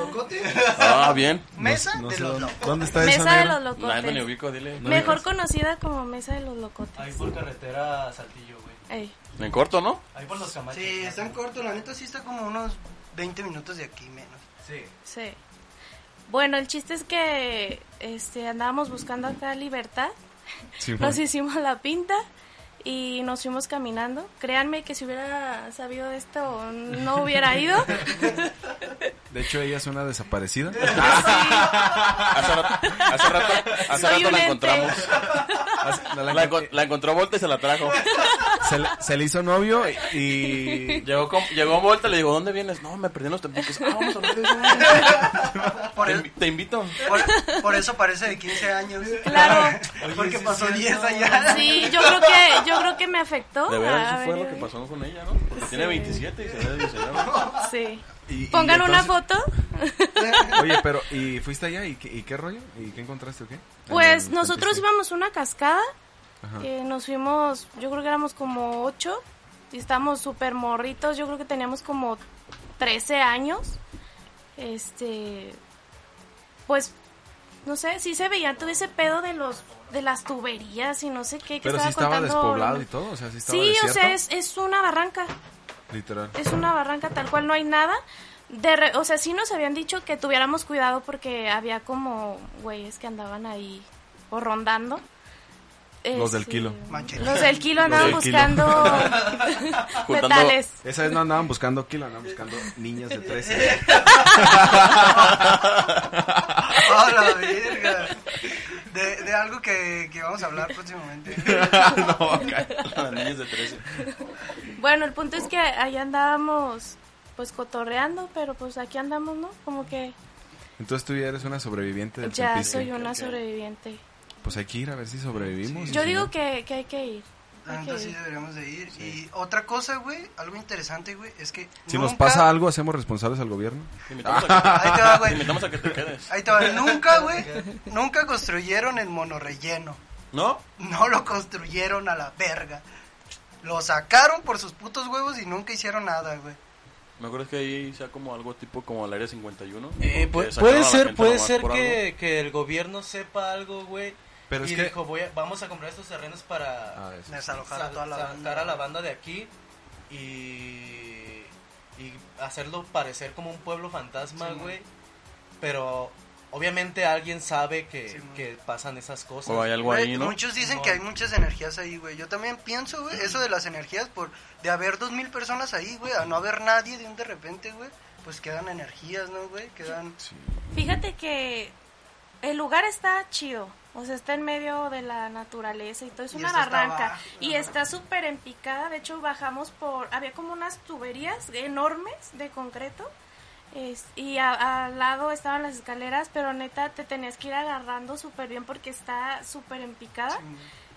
Speaker 4: Ah, bien.
Speaker 3: Mesa
Speaker 2: No
Speaker 3: de
Speaker 2: sé
Speaker 3: los
Speaker 2: dónde-
Speaker 3: locos.
Speaker 2: ¿Dónde está esa
Speaker 5: Mesa de
Speaker 2: negra?
Speaker 5: los
Speaker 4: Nadie me ni
Speaker 5: locotes.
Speaker 4: ubico, dile.
Speaker 5: Mejor conocida como Mesa de los locotes.
Speaker 1: Ahí por carretera Saltillo, güey.
Speaker 5: Ey.
Speaker 4: En corto, ¿no?
Speaker 1: Ahí por los camachos.
Speaker 3: Sí, está en corto, la neta sí está como unos 20 minutos de aquí menos.
Speaker 1: Sí.
Speaker 5: Sí. Bueno, el chiste es que este, andábamos buscando acá libertad.
Speaker 2: Sí,
Speaker 5: Nos
Speaker 2: fue.
Speaker 5: hicimos la pinta y nos fuimos caminando. Créanme que si hubiera sabido de esto, no hubiera ido.
Speaker 2: De hecho, ella es una desaparecida.
Speaker 4: Hace rato, hace rato, hace
Speaker 5: Soy
Speaker 4: rato
Speaker 5: un
Speaker 4: la
Speaker 5: ente.
Speaker 4: encontramos.
Speaker 2: La-
Speaker 4: La, encon- la encontró Volta y se la trajo.
Speaker 2: se, le, se le hizo novio y...
Speaker 4: Llegó, con, llegó Volta y le digo, ¿dónde vienes? No, me perdí en los tempiques. Ah, vamos a hablar de eso.
Speaker 3: Ah, Por,
Speaker 4: Te,
Speaker 3: el-
Speaker 4: invi- te invito.
Speaker 3: por, por eso parece de 15 años.
Speaker 5: Claro.
Speaker 3: Porque
Speaker 1: sí,
Speaker 3: pasó
Speaker 1: sí,
Speaker 3: 10
Speaker 1: no.
Speaker 3: allá.
Speaker 5: Sí, yo creo que, yo creo que me afectó.
Speaker 4: De
Speaker 5: A
Speaker 4: verdad, eso fue
Speaker 5: ver,
Speaker 4: lo que
Speaker 5: eh,
Speaker 4: pasó con ella, ¿no? Porque tiene 27 y se ve de 19.
Speaker 5: Sí.
Speaker 2: y- y
Speaker 5: Pongan una
Speaker 2: entonces-
Speaker 5: foto.
Speaker 4: Ah,
Speaker 2: Oye, pero, ¿y fuiste allá? ¿Y qué, y qué rollo? ¿Y qué encontraste o qué?
Speaker 5: Pues
Speaker 2: En el
Speaker 5: nosotros
Speaker 2: Tempisque.
Speaker 5: íbamos a una cascada,
Speaker 2: Ajá.
Speaker 5: eh, nos fuimos, yo creo que éramos como ocho, y estábamos súper morritos, yo creo que teníamos como 13 años, este, pues, no sé, sí se veía todo ese pedo de los, de las tuberías y no sé qué, que
Speaker 2: Pero sí estaba
Speaker 5: contando
Speaker 2: despoblado y
Speaker 5: Lorena.
Speaker 2: todo, o sea, sí estaba
Speaker 5: Sí, o
Speaker 2: desierto,
Speaker 5: sea, es, es una barranca,
Speaker 2: Literal.
Speaker 5: es una barranca tal cual, no hay nada. De re- o sea, sí nos habían dicho que tuviéramos cuidado porque había como güeyes que andaban ahí o rondando.
Speaker 2: Los del
Speaker 5: Este,
Speaker 2: kilo.
Speaker 3: Manche.
Speaker 5: Los del kilo andaban
Speaker 2: del kilo.
Speaker 5: buscando
Speaker 4: Juntando-
Speaker 5: metales.
Speaker 2: Esa vez no andaban buscando kilo, andaban buscando niñas de 13.
Speaker 3: ¡A la verga! De, de algo que, que vamos a hablar próximamente.
Speaker 4: no, acá. Niñas de 13.
Speaker 5: Bueno, el punto es que ahí andábamos pues cotorreando, pero pues aquí andamos, ¿no? Como que
Speaker 2: Entonces tú ya eres una sobreviviente del
Speaker 5: ya
Speaker 2: Tempisque.
Speaker 5: soy una
Speaker 4: ok.
Speaker 5: sobreviviente.
Speaker 2: pues hay que ir a ver si sobrevivimos.
Speaker 3: Sí.
Speaker 2: y
Speaker 5: Yo
Speaker 2: si
Speaker 5: digo
Speaker 2: no-
Speaker 5: que, que hay que ir.
Speaker 3: La
Speaker 5: Hay
Speaker 3: neta
Speaker 5: que
Speaker 3: sí
Speaker 5: ir.
Speaker 3: deberíamos de ir. Y otra cosa, güey, algo interesante, güey, es que...
Speaker 2: Si nos
Speaker 3: nunca-
Speaker 2: pasa algo, hacemos responsables al gobierno.
Speaker 4: Te invitamos, a
Speaker 3: Ahí te va,
Speaker 4: que, te
Speaker 3: güey.
Speaker 4: invitamos a que te quedes.
Speaker 3: Ahí te va. Nunca, güey, nunca construyeron el monorrelleno.
Speaker 4: ¿No?
Speaker 3: No lo construyeron a la verga. Lo sacaron por sus putos huevos y nunca hicieron nada, güey.
Speaker 4: Me acuerdo que ahí sea como algo tipo como el Área 51.
Speaker 1: Eh,
Speaker 4: que
Speaker 1: pu-
Speaker 4: sacaron a
Speaker 1: puede
Speaker 4: la
Speaker 1: ser,
Speaker 4: gente
Speaker 1: puede
Speaker 4: nomás
Speaker 1: ser
Speaker 4: por algo.
Speaker 1: que, que el gobierno sepa algo, güey.
Speaker 2: Pero
Speaker 1: y
Speaker 2: es que-
Speaker 1: dijo, voy a- vamos a comprar estos terrenos
Speaker 4: Ah,
Speaker 1: para
Speaker 3: Desalojar
Speaker 1: sa-
Speaker 3: a toda la
Speaker 1: sacar
Speaker 3: banda.
Speaker 1: a la banda de aquí y, y hacerlo parecer como un pueblo fantasma,
Speaker 3: Sí, man.
Speaker 1: güey. Pero obviamente alguien sabe que,
Speaker 3: Sí, man.
Speaker 1: que pasan esas cosas.
Speaker 4: O hay algo
Speaker 3: Güey,
Speaker 4: ahí, ¿no?
Speaker 3: Muchos dicen
Speaker 1: No.
Speaker 3: que hay muchas energías ahí, güey. Yo también pienso, güey, eso de las energías, por de haber dos mil personas ahí, güey, a no haber nadie de un de repente, güey, pues quedan energías, ¿no, güey? Quedan...
Speaker 5: Fíjate que el lugar está chido. O sea, está en medio de la naturaleza y todo. Es
Speaker 3: Y
Speaker 5: una
Speaker 3: esta está
Speaker 5: barranca.
Speaker 3: abajo.
Speaker 5: y está súper empicada. De hecho, bajamos por... Había como unas tuberías enormes de concreto. es- y a- al lado estaban las escaleras, pero neta te tenías que ir agarrando súper bien porque está súper empicada.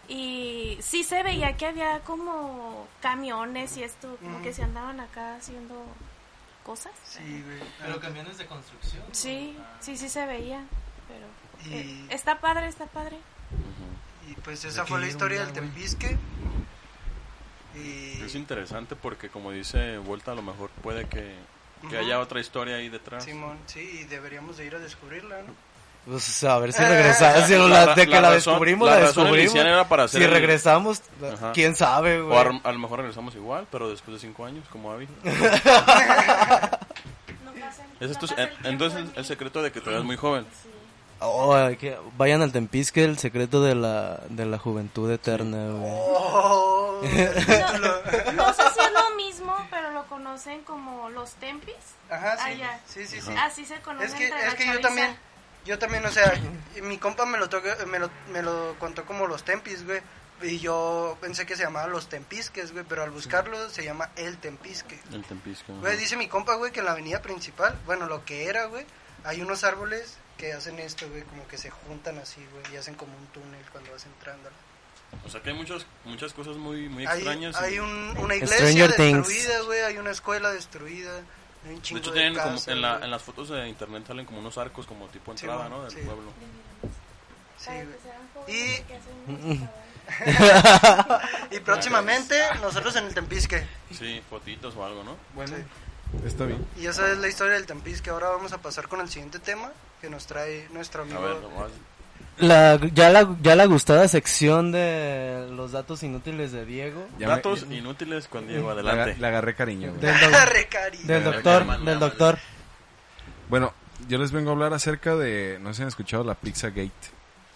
Speaker 5: Y sí se veía que había como camiones y esto, como
Speaker 3: Ujú.
Speaker 5: que se andaban acá haciendo cosas.
Speaker 3: Sí, güey.
Speaker 1: Pero camiones de construcción. ¿no?
Speaker 5: Sí,
Speaker 1: Ah.
Speaker 5: sí, sí se veía, pero...
Speaker 3: Y-
Speaker 5: eh, está padre, está padre.
Speaker 3: Y pues esa
Speaker 2: que
Speaker 3: fue la
Speaker 2: ir a un
Speaker 3: historia del
Speaker 2: lugar, güey.
Speaker 3: Tempisque. Y...
Speaker 4: Es interesante porque, como dice Vuelta, a lo mejor puede que, que
Speaker 3: Ujú.
Speaker 4: haya otra historia ahí detrás.
Speaker 3: Simón, sí, y deberíamos de ir a descubrirla, ¿no?
Speaker 6: Pues a ver si regresamos. si
Speaker 4: la-
Speaker 6: la,
Speaker 4: la-
Speaker 6: de que
Speaker 4: la
Speaker 6: la,
Speaker 4: razón-
Speaker 6: descubrimos,
Speaker 4: la
Speaker 6: la,
Speaker 4: razón
Speaker 6: descubrimos.
Speaker 4: inicial era para hacer
Speaker 6: si
Speaker 4: el-
Speaker 6: regresamos,
Speaker 4: Ajá.
Speaker 6: quién sabe,
Speaker 4: O
Speaker 6: güey.
Speaker 4: a, a lo mejor regresamos igual, pero después de cinco años, como Abby.
Speaker 5: No pasa-
Speaker 4: Ese es
Speaker 5: no
Speaker 4: tu-
Speaker 5: pasa
Speaker 4: en-
Speaker 5: el tiempo
Speaker 4: entonces,
Speaker 5: en
Speaker 4: el
Speaker 5: mí.
Speaker 4: secreto de que te veas muy joven.
Speaker 6: Oh, hay que- vayan al Tempisque, el secreto de la, de la juventud eterna, güey.
Speaker 3: Oh,
Speaker 5: No, no sé si es lo mismo, pero lo conocen como los tempis.
Speaker 3: Ajá, sí.
Speaker 5: Allá.
Speaker 3: Sí, sí, sí.
Speaker 5: Así se conoce
Speaker 3: Es que,
Speaker 5: entre
Speaker 3: es
Speaker 5: la
Speaker 3: que yo
Speaker 5: chaviza.
Speaker 3: también, yo también, o sea, mi compa me lo, toque- me, lo, me lo contó como los tempis, güey. Y yo pensé que se llamaba los tempisques, güey, pero al buscarlo se llama el tempisque.
Speaker 4: El tempisco.
Speaker 3: Güey, dice mi compa, güey, que en la avenida principal, bueno, lo que era, güey, hay unos árboles que hacen esto, güey, como que se juntan así, güey, y hacen como un túnel cuando vas entrando.
Speaker 4: O sea que hay muchos, muchas cosas muy, muy
Speaker 3: Hay,
Speaker 4: extrañas. y-
Speaker 3: hay un- una iglesia
Speaker 6: Stranger Things.
Speaker 3: destruida, güey, hay una escuela destruida, hay un
Speaker 4: de
Speaker 3: chingo de
Speaker 4: hecho, tienen como-
Speaker 3: casas,
Speaker 4: en, la-
Speaker 3: güey.
Speaker 4: en las fotos de internet salen como unos arcos, como tipo
Speaker 3: Sí,
Speaker 4: entrada,
Speaker 3: bueno,
Speaker 4: ¿no? Del
Speaker 3: sí.
Speaker 4: pueblo.
Speaker 3: Sí,
Speaker 5: Para
Speaker 3: güey.
Speaker 5: que sean
Speaker 3: Y-
Speaker 5: jóvenes que hacen
Speaker 3: Y próximamente nosotros en el Tempisque.
Speaker 4: Sí, fotitos o algo, ¿no?
Speaker 2: Bueno, está bien.
Speaker 3: Y esa es la historia del Tempisque. Ahora vamos a pasar con el siguiente tema que nos trae nuestro
Speaker 4: A
Speaker 3: amigo.
Speaker 4: ver, nomás.
Speaker 6: La, ya, la, ya la gustada sección de los datos inútiles de Diego.
Speaker 2: Ya me-
Speaker 4: Datos inútiles con Diego,
Speaker 2: Le, aga-
Speaker 4: adelante.
Speaker 2: le agarré cariño. güey.
Speaker 6: Del, doc-
Speaker 3: Recari.
Speaker 6: del
Speaker 4: Pero calma,
Speaker 6: doctor, del
Speaker 4: calma.
Speaker 6: doctor.
Speaker 2: Bueno, yo les vengo a hablar acerca de. No sé si han escuchado la Pizza Gate.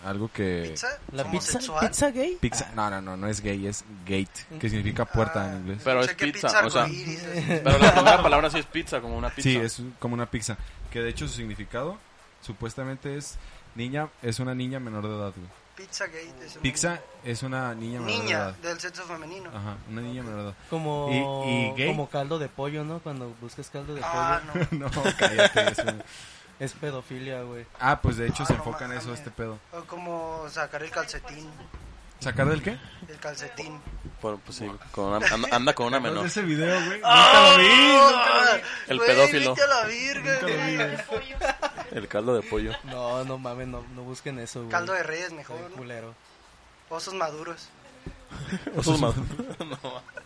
Speaker 2: Algo que.
Speaker 3: ¿Pizza?
Speaker 6: La pizza,
Speaker 3: ¿Homosexual?
Speaker 6: pizza gay.
Speaker 2: Pizza- No, no, no, no es gay, es gate, que significa puerta en inglés.
Speaker 4: Ah. Pero
Speaker 3: Sé
Speaker 4: es
Speaker 3: que
Speaker 4: pizza, o sea-
Speaker 3: Ah, arcoíris, así.
Speaker 4: Pero la primera palabra sí es pizza, como una pizza.
Speaker 2: Sí, es un- como una pizza. Que de hecho su significado supuestamente es niña, es una niña menor de edad. güey.
Speaker 3: Pizza Gate. es un-
Speaker 2: Pizza es una niña menor de
Speaker 3: Niña
Speaker 2: edad.
Speaker 3: del sexo femenino.
Speaker 2: Ajá, una niña menor de edad.
Speaker 6: Como,
Speaker 2: ¿Y- y gay?
Speaker 6: como caldo de pollo, ¿no? Cuando buscas caldo de
Speaker 3: Ah,
Speaker 6: pollo.
Speaker 3: no.
Speaker 2: no, cállate. es un-
Speaker 6: Es pedofilia, güey.
Speaker 2: Ah, pues de hecho
Speaker 3: Ah,
Speaker 2: se
Speaker 3: no
Speaker 2: enfoca en eso
Speaker 3: mames.
Speaker 2: este pedo.
Speaker 3: O como sacar el calcetín.
Speaker 2: ¿Sacar del qué?
Speaker 3: El calcetín.
Speaker 4: Por- pues sí, con una- anda, anda con una menor. Ah.
Speaker 2: ese video, güey. Nunca lo vi, nunca lo vi.
Speaker 4: El
Speaker 3: Güey,
Speaker 4: pedófilo.
Speaker 3: vete a la virgen, güey.
Speaker 4: El caldo de pollo.
Speaker 6: No, no mames, no, no busquen eso, güey.
Speaker 3: Caldo de res
Speaker 6: Qué
Speaker 3: mejor. ¿no?
Speaker 6: culero.
Speaker 3: Osos maduros.
Speaker 4: Osos maduros. no.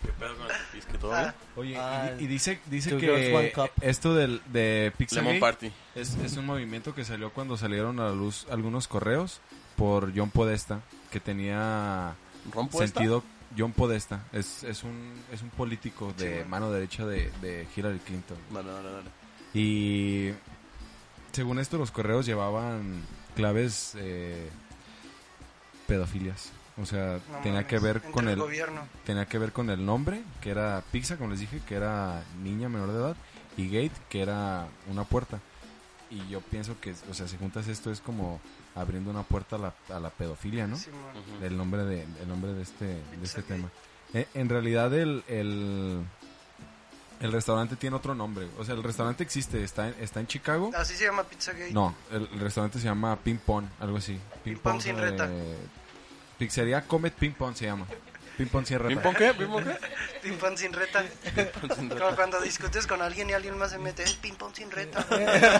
Speaker 4: ¿Qué pedo con el tempisco? ¿Todo bien?
Speaker 2: Oye, y-
Speaker 6: Ah,
Speaker 2: y, dice, dice
Speaker 6: Two Girls, One
Speaker 2: que
Speaker 6: Cup.
Speaker 2: esto del, de Pizza
Speaker 4: Lemon
Speaker 2: Gate
Speaker 4: Party.
Speaker 2: Es, es un movimiento que salió cuando salieron a la luz algunos correos por John Podesta, que tenía
Speaker 4: ¿Rompo esta?
Speaker 2: sentido... John Podesta es, es, un, es un político de
Speaker 3: Sí.
Speaker 2: mano derecha de, de Hillary Clinton.
Speaker 4: Dale, dale, dale.
Speaker 2: Y según esto, los correos llevaban claves eh, pedofilias. O sea,
Speaker 3: No
Speaker 2: tenía
Speaker 3: mames.
Speaker 2: que ver
Speaker 3: Entre
Speaker 2: con el,
Speaker 3: gobierno.
Speaker 2: tenía que ver con el nombre, que era pizza, como les dije, que era niña menor de edad, y gate, que era una puerta. Y yo pienso que, o sea, si juntas esto es como abriendo una puerta a la, a la pedofilia, ¿no?
Speaker 3: Simón.
Speaker 4: Ujú.
Speaker 2: El nombre de, el nombre de este, de este
Speaker 3: Pizzagate.
Speaker 2: tema. Eh, En realidad el, el, El restaurante tiene otro nombre. O sea, el restaurante existe, está en, está en Chicago.
Speaker 3: Así se llama Pizzagate.
Speaker 2: No, el, el restaurante se llama Ping Pong, algo así. eh,
Speaker 3: Ping Pong sin reta.
Speaker 2: Pizzería Comet Ping Pong se llama. Ping Pong sin reta.
Speaker 4: ¿Ping pong qué? ¿Ping pong qué?
Speaker 3: Ping pong sin reta. Como cuando discutes con alguien y alguien más se mete, es ping pong sin reta.
Speaker 2: Eh,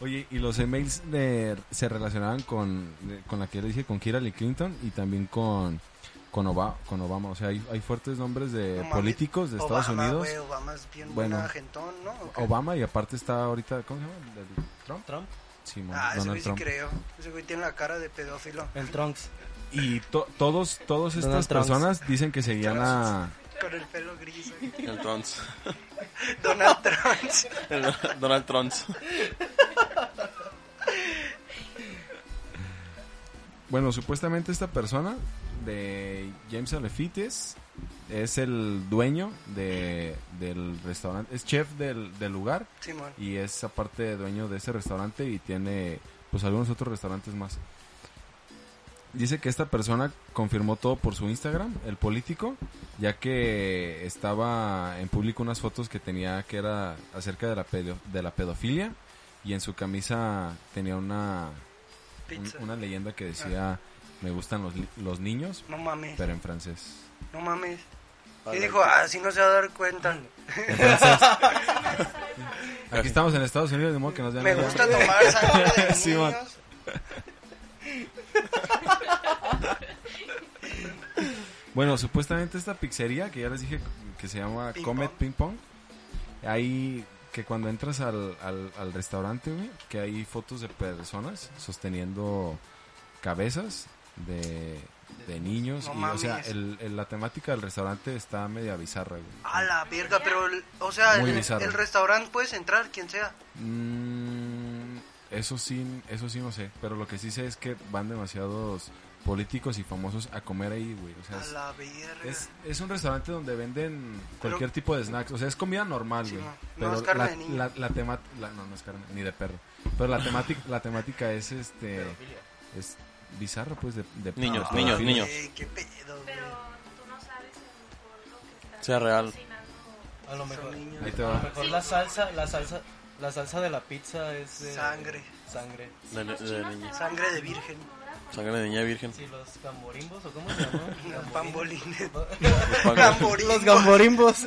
Speaker 2: Oye, y los emails de- se relacionaban con, de- con la que le dije, con Hillary Clinton y también con, con, Obama, con Obama. O sea, hay, hay fuertes nombres de
Speaker 3: No mames.
Speaker 2: políticos de Estados
Speaker 3: Obama,
Speaker 2: Unidos.
Speaker 3: güey, Obama es bien
Speaker 2: Bueno. Oh,
Speaker 3: buena gentón, ¿no? ¿O qué?
Speaker 2: Obama y aparte está ahorita, ¿cómo se llama? ¿El- el ¿Trump?
Speaker 6: Trump.
Speaker 2: Sí, mon-
Speaker 3: Ah, ese
Speaker 2: Donald
Speaker 3: güey sí
Speaker 2: Trump.
Speaker 3: creo. Ese güey tiene la cara de pedófilo.
Speaker 6: El Trunks.
Speaker 2: Y to- todos, todas
Speaker 6: Donald
Speaker 2: estas
Speaker 6: Trump.
Speaker 2: personas dicen que seguían a...
Speaker 3: Con el pelo gris. güey.
Speaker 4: Entonces,
Speaker 3: Donald Trump.
Speaker 4: el Donald Trump.
Speaker 2: Bueno, supuestamente esta persona de James Alefites es el dueño de, del restaurante, es chef del, del lugar
Speaker 3: Simón.
Speaker 2: y es aparte dueño de ese restaurante y tiene pues algunos otros restaurantes más. Dice que esta persona confirmó todo por su Instagram, el político, ya que estaba en público unas fotos que tenía que era acerca de la, pedo- de la pedofilia y en su camisa tenía una, un-
Speaker 3: Pizza. Ah.
Speaker 2: una leyenda que decía me gustan los, li- los niños,
Speaker 3: No mames.
Speaker 2: pero en francés.
Speaker 3: No mames. Y dijo, "Ah, así no se va a dar cuenta.
Speaker 2: En francés. Aquí estamos en Estados Unidos, de modo que nos vean
Speaker 3: Me
Speaker 2: allá.
Speaker 3: gusta tomar sangre de niños.
Speaker 2: Simón. Bueno, supuestamente esta pizzería que ya les dije que se llama
Speaker 3: Ping
Speaker 2: Comet
Speaker 3: Pong.
Speaker 2: Ping Pong, ahí que cuando entras al, al, al restaurante, güey, que hay fotos de personas sosteniendo cabezas de, de niños.
Speaker 3: No
Speaker 2: y, o sea,
Speaker 3: mames.
Speaker 2: el- el- la temática del restaurante está media bizarra, güey.
Speaker 3: A la verga, pero, el- o sea,
Speaker 2: Muy
Speaker 3: el,
Speaker 2: bizarro.
Speaker 3: el restaurante puedes entrar, quien sea.
Speaker 2: Mm, eso, sí, eso sí no sé, pero lo que sí sé es que van demasiados políticos y famosos a comer ahí, güey. O sea,
Speaker 3: A
Speaker 2: es-
Speaker 3: la verga.
Speaker 2: Es, es un restaurante donde venden
Speaker 3: Pero-
Speaker 2: cualquier tipo de snacks. O sea, es comida normal,
Speaker 3: Sí,
Speaker 2: güey.
Speaker 3: no. No
Speaker 2: pero
Speaker 3: es carne
Speaker 2: la,
Speaker 3: de niño.
Speaker 2: La, la tema- la- no, no es carne, ni de perro. Pero la temática, la temática es este. Es bizarra, pues, de, de
Speaker 4: Niños,
Speaker 2: de pedofilia.
Speaker 4: niños, niños.
Speaker 3: Ah, Güey, qué pedo, güey.
Speaker 5: Pero tú no sabes a lo mejor lo que está
Speaker 4: Sea real.
Speaker 5: cocinando.
Speaker 6: A lo
Speaker 3: Son
Speaker 6: mejor.
Speaker 3: niños.
Speaker 2: Ahí
Speaker 6: A
Speaker 2: te
Speaker 6: lo
Speaker 2: va.
Speaker 6: mejor la salsa, la salsa, la salsa de la pizza es de
Speaker 3: Sangre.
Speaker 6: Sangre.
Speaker 4: De,
Speaker 5: Los
Speaker 4: de
Speaker 5: chinos
Speaker 4: niña.
Speaker 5: te
Speaker 3: Sangre
Speaker 5: van
Speaker 3: de
Speaker 5: a- pues,
Speaker 3: virgen.
Speaker 4: Sangre de niña virgen.
Speaker 6: Sí, los gamborimbos o cómo se llaman?
Speaker 3: Pambolines.
Speaker 4: Pangolín.
Speaker 3: Gamborín.
Speaker 6: Los gamborimbos.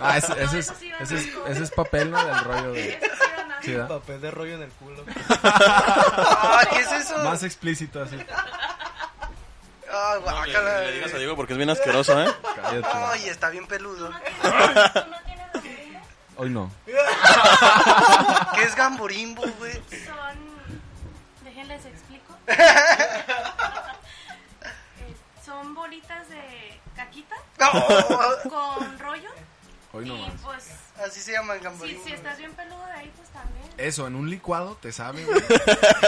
Speaker 2: Ah, ese, ese
Speaker 5: eso
Speaker 2: es,
Speaker 5: sí va
Speaker 2: ese es-
Speaker 5: rico.
Speaker 2: ese es papel, ¿no? Del rollo de.
Speaker 5: Eso sí van a-
Speaker 2: Sí, ¿verdad?
Speaker 6: Papel de rollo en el culo.
Speaker 3: Ah, ¿qué es eso?
Speaker 2: Más explícito, así.
Speaker 3: Ah,
Speaker 4: No le-
Speaker 3: guácala.
Speaker 4: le digas a Diego porque es bien asqueroso, ¿eh?
Speaker 2: Cállate.
Speaker 3: Ay, está bien peludo.
Speaker 5: ¿Tú no tienes los gringos?
Speaker 2: Hoy no.
Speaker 3: ¿Qué es gamborimbo, güey?
Speaker 5: Son. Déjenles explico. Eh, Son bolitas de caquita
Speaker 3: No,
Speaker 5: con rollo.
Speaker 2: Hoy no
Speaker 5: Y
Speaker 2: más.
Speaker 5: pues,
Speaker 3: así se llaman
Speaker 5: si,
Speaker 3: gamborimbo.
Speaker 5: si estás bien peludo de ahí, pues también.
Speaker 2: Eso, en un licuado te sabe, güey.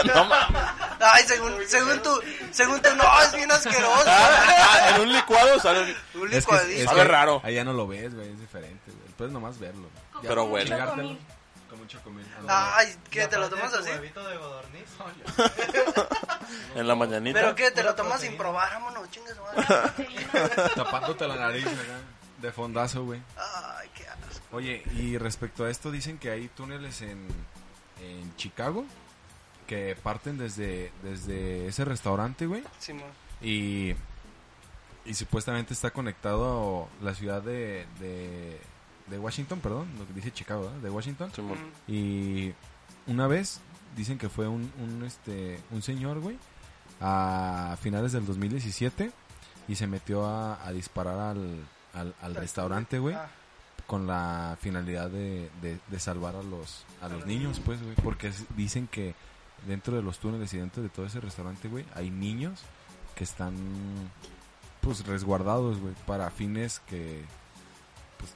Speaker 4: No mames.
Speaker 3: Ay, según, según tú, según tú, no, es bien asqueroso.
Speaker 4: Ah, en un licuado sale.
Speaker 3: Un
Speaker 2: Es que- es
Speaker 3: licuadito.
Speaker 4: Sabe raro.
Speaker 2: Allá no lo ves, güey. Es diferente, güey. Puedes nomás verlo. güey.
Speaker 5: Con-
Speaker 4: Pero
Speaker 5: con
Speaker 4: huele.
Speaker 5: chocomil.
Speaker 2: Chingártelo. Como un chocomil.
Speaker 3: Ay,
Speaker 6: Y
Speaker 3: ¿qué? ¿Te lo
Speaker 6: aparte
Speaker 3: tomas
Speaker 6: tu
Speaker 3: así?
Speaker 6: huevito de godorniz.
Speaker 4: En la mañanita.
Speaker 3: ¿Pero qué? ¿Te lo
Speaker 6: Pura
Speaker 3: tomas sin
Speaker 6: proteína.
Speaker 3: probar? Vámonos, chingas, madre.
Speaker 5: Proteína.
Speaker 2: Tapándote la nariz, acá, De fondazo, güey.
Speaker 3: Ay, qué asco.
Speaker 2: Oye, y respecto a esto, dicen que hay túneles en, en Chicago que parten desde, desde ese restaurante, güey.
Speaker 3: Simón.
Speaker 2: Y, y supuestamente está conectado la ciudad de, de, de Washington, perdón, lo que dije Chicago, ¿verdad? De Washington.
Speaker 4: Simón.
Speaker 2: Y una vez dicen que fue un, un, este, un señor, güey, a finales del 2017 y se metió a, a disparar al, al, al restaurante, güey,
Speaker 3: Ah,
Speaker 2: con la finalidad de, de, de salvar a los, a los niños, pues, güey, porque es- dicen que dentro de los túneles y dentro de todo ese restaurante, güey, hay niños que están, pues, resguardados, güey, para fines que, pues,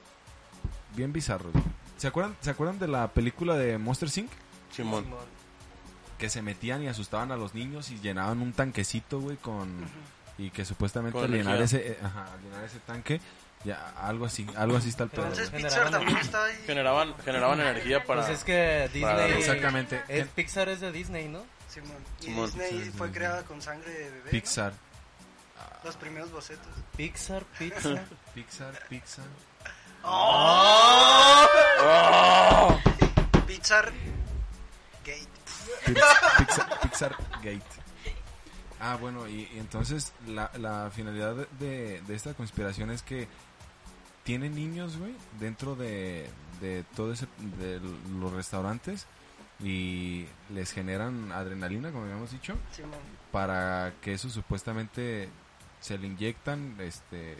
Speaker 2: bien bizarros, güey. ¿Se acuerdan, ¿Se acuerdan de la película de Monster Inc?
Speaker 4: Simón.
Speaker 6: Simón.
Speaker 2: que se metían y asustaban a los niños y llenaban un tanquecito, güey, con... Y que supuestamente
Speaker 4: Con
Speaker 2: al llenar,
Speaker 4: energía.
Speaker 2: ese, eh, ajá, al llenar ese tanque, ya algo así, algo así está el pedo.
Speaker 3: Entonces
Speaker 2: güey.
Speaker 3: Pixar también está ahí.
Speaker 4: Generaban, generaban energía para.
Speaker 1: eh,
Speaker 6: Pues es que Pues Disney.
Speaker 2: Exactamente.
Speaker 6: Es, Pixar es de Disney, ¿no?
Speaker 3: Simón. Y
Speaker 4: Simón.
Speaker 3: Disney
Speaker 2: Sí, sí,
Speaker 3: fue
Speaker 2: sí.
Speaker 3: creada con sangre de bebé. ¿no?
Speaker 2: Pixar.
Speaker 3: Los primeros bocetos.
Speaker 1: Pixar, Pixar.
Speaker 2: Pixar, Pixar.
Speaker 4: ¡Oh!
Speaker 3: Pixar Gate.
Speaker 2: Pix- Pixar, Pixar Gate. Ah, bueno, y, y entonces la, la finalidad de, de esta conspiración es que tienen niños, güey, dentro de, de todo ese, de los restaurantes y les generan adrenalina, como habíamos dicho,
Speaker 3: Simón.
Speaker 2: para que eso supuestamente se le inyectan, este,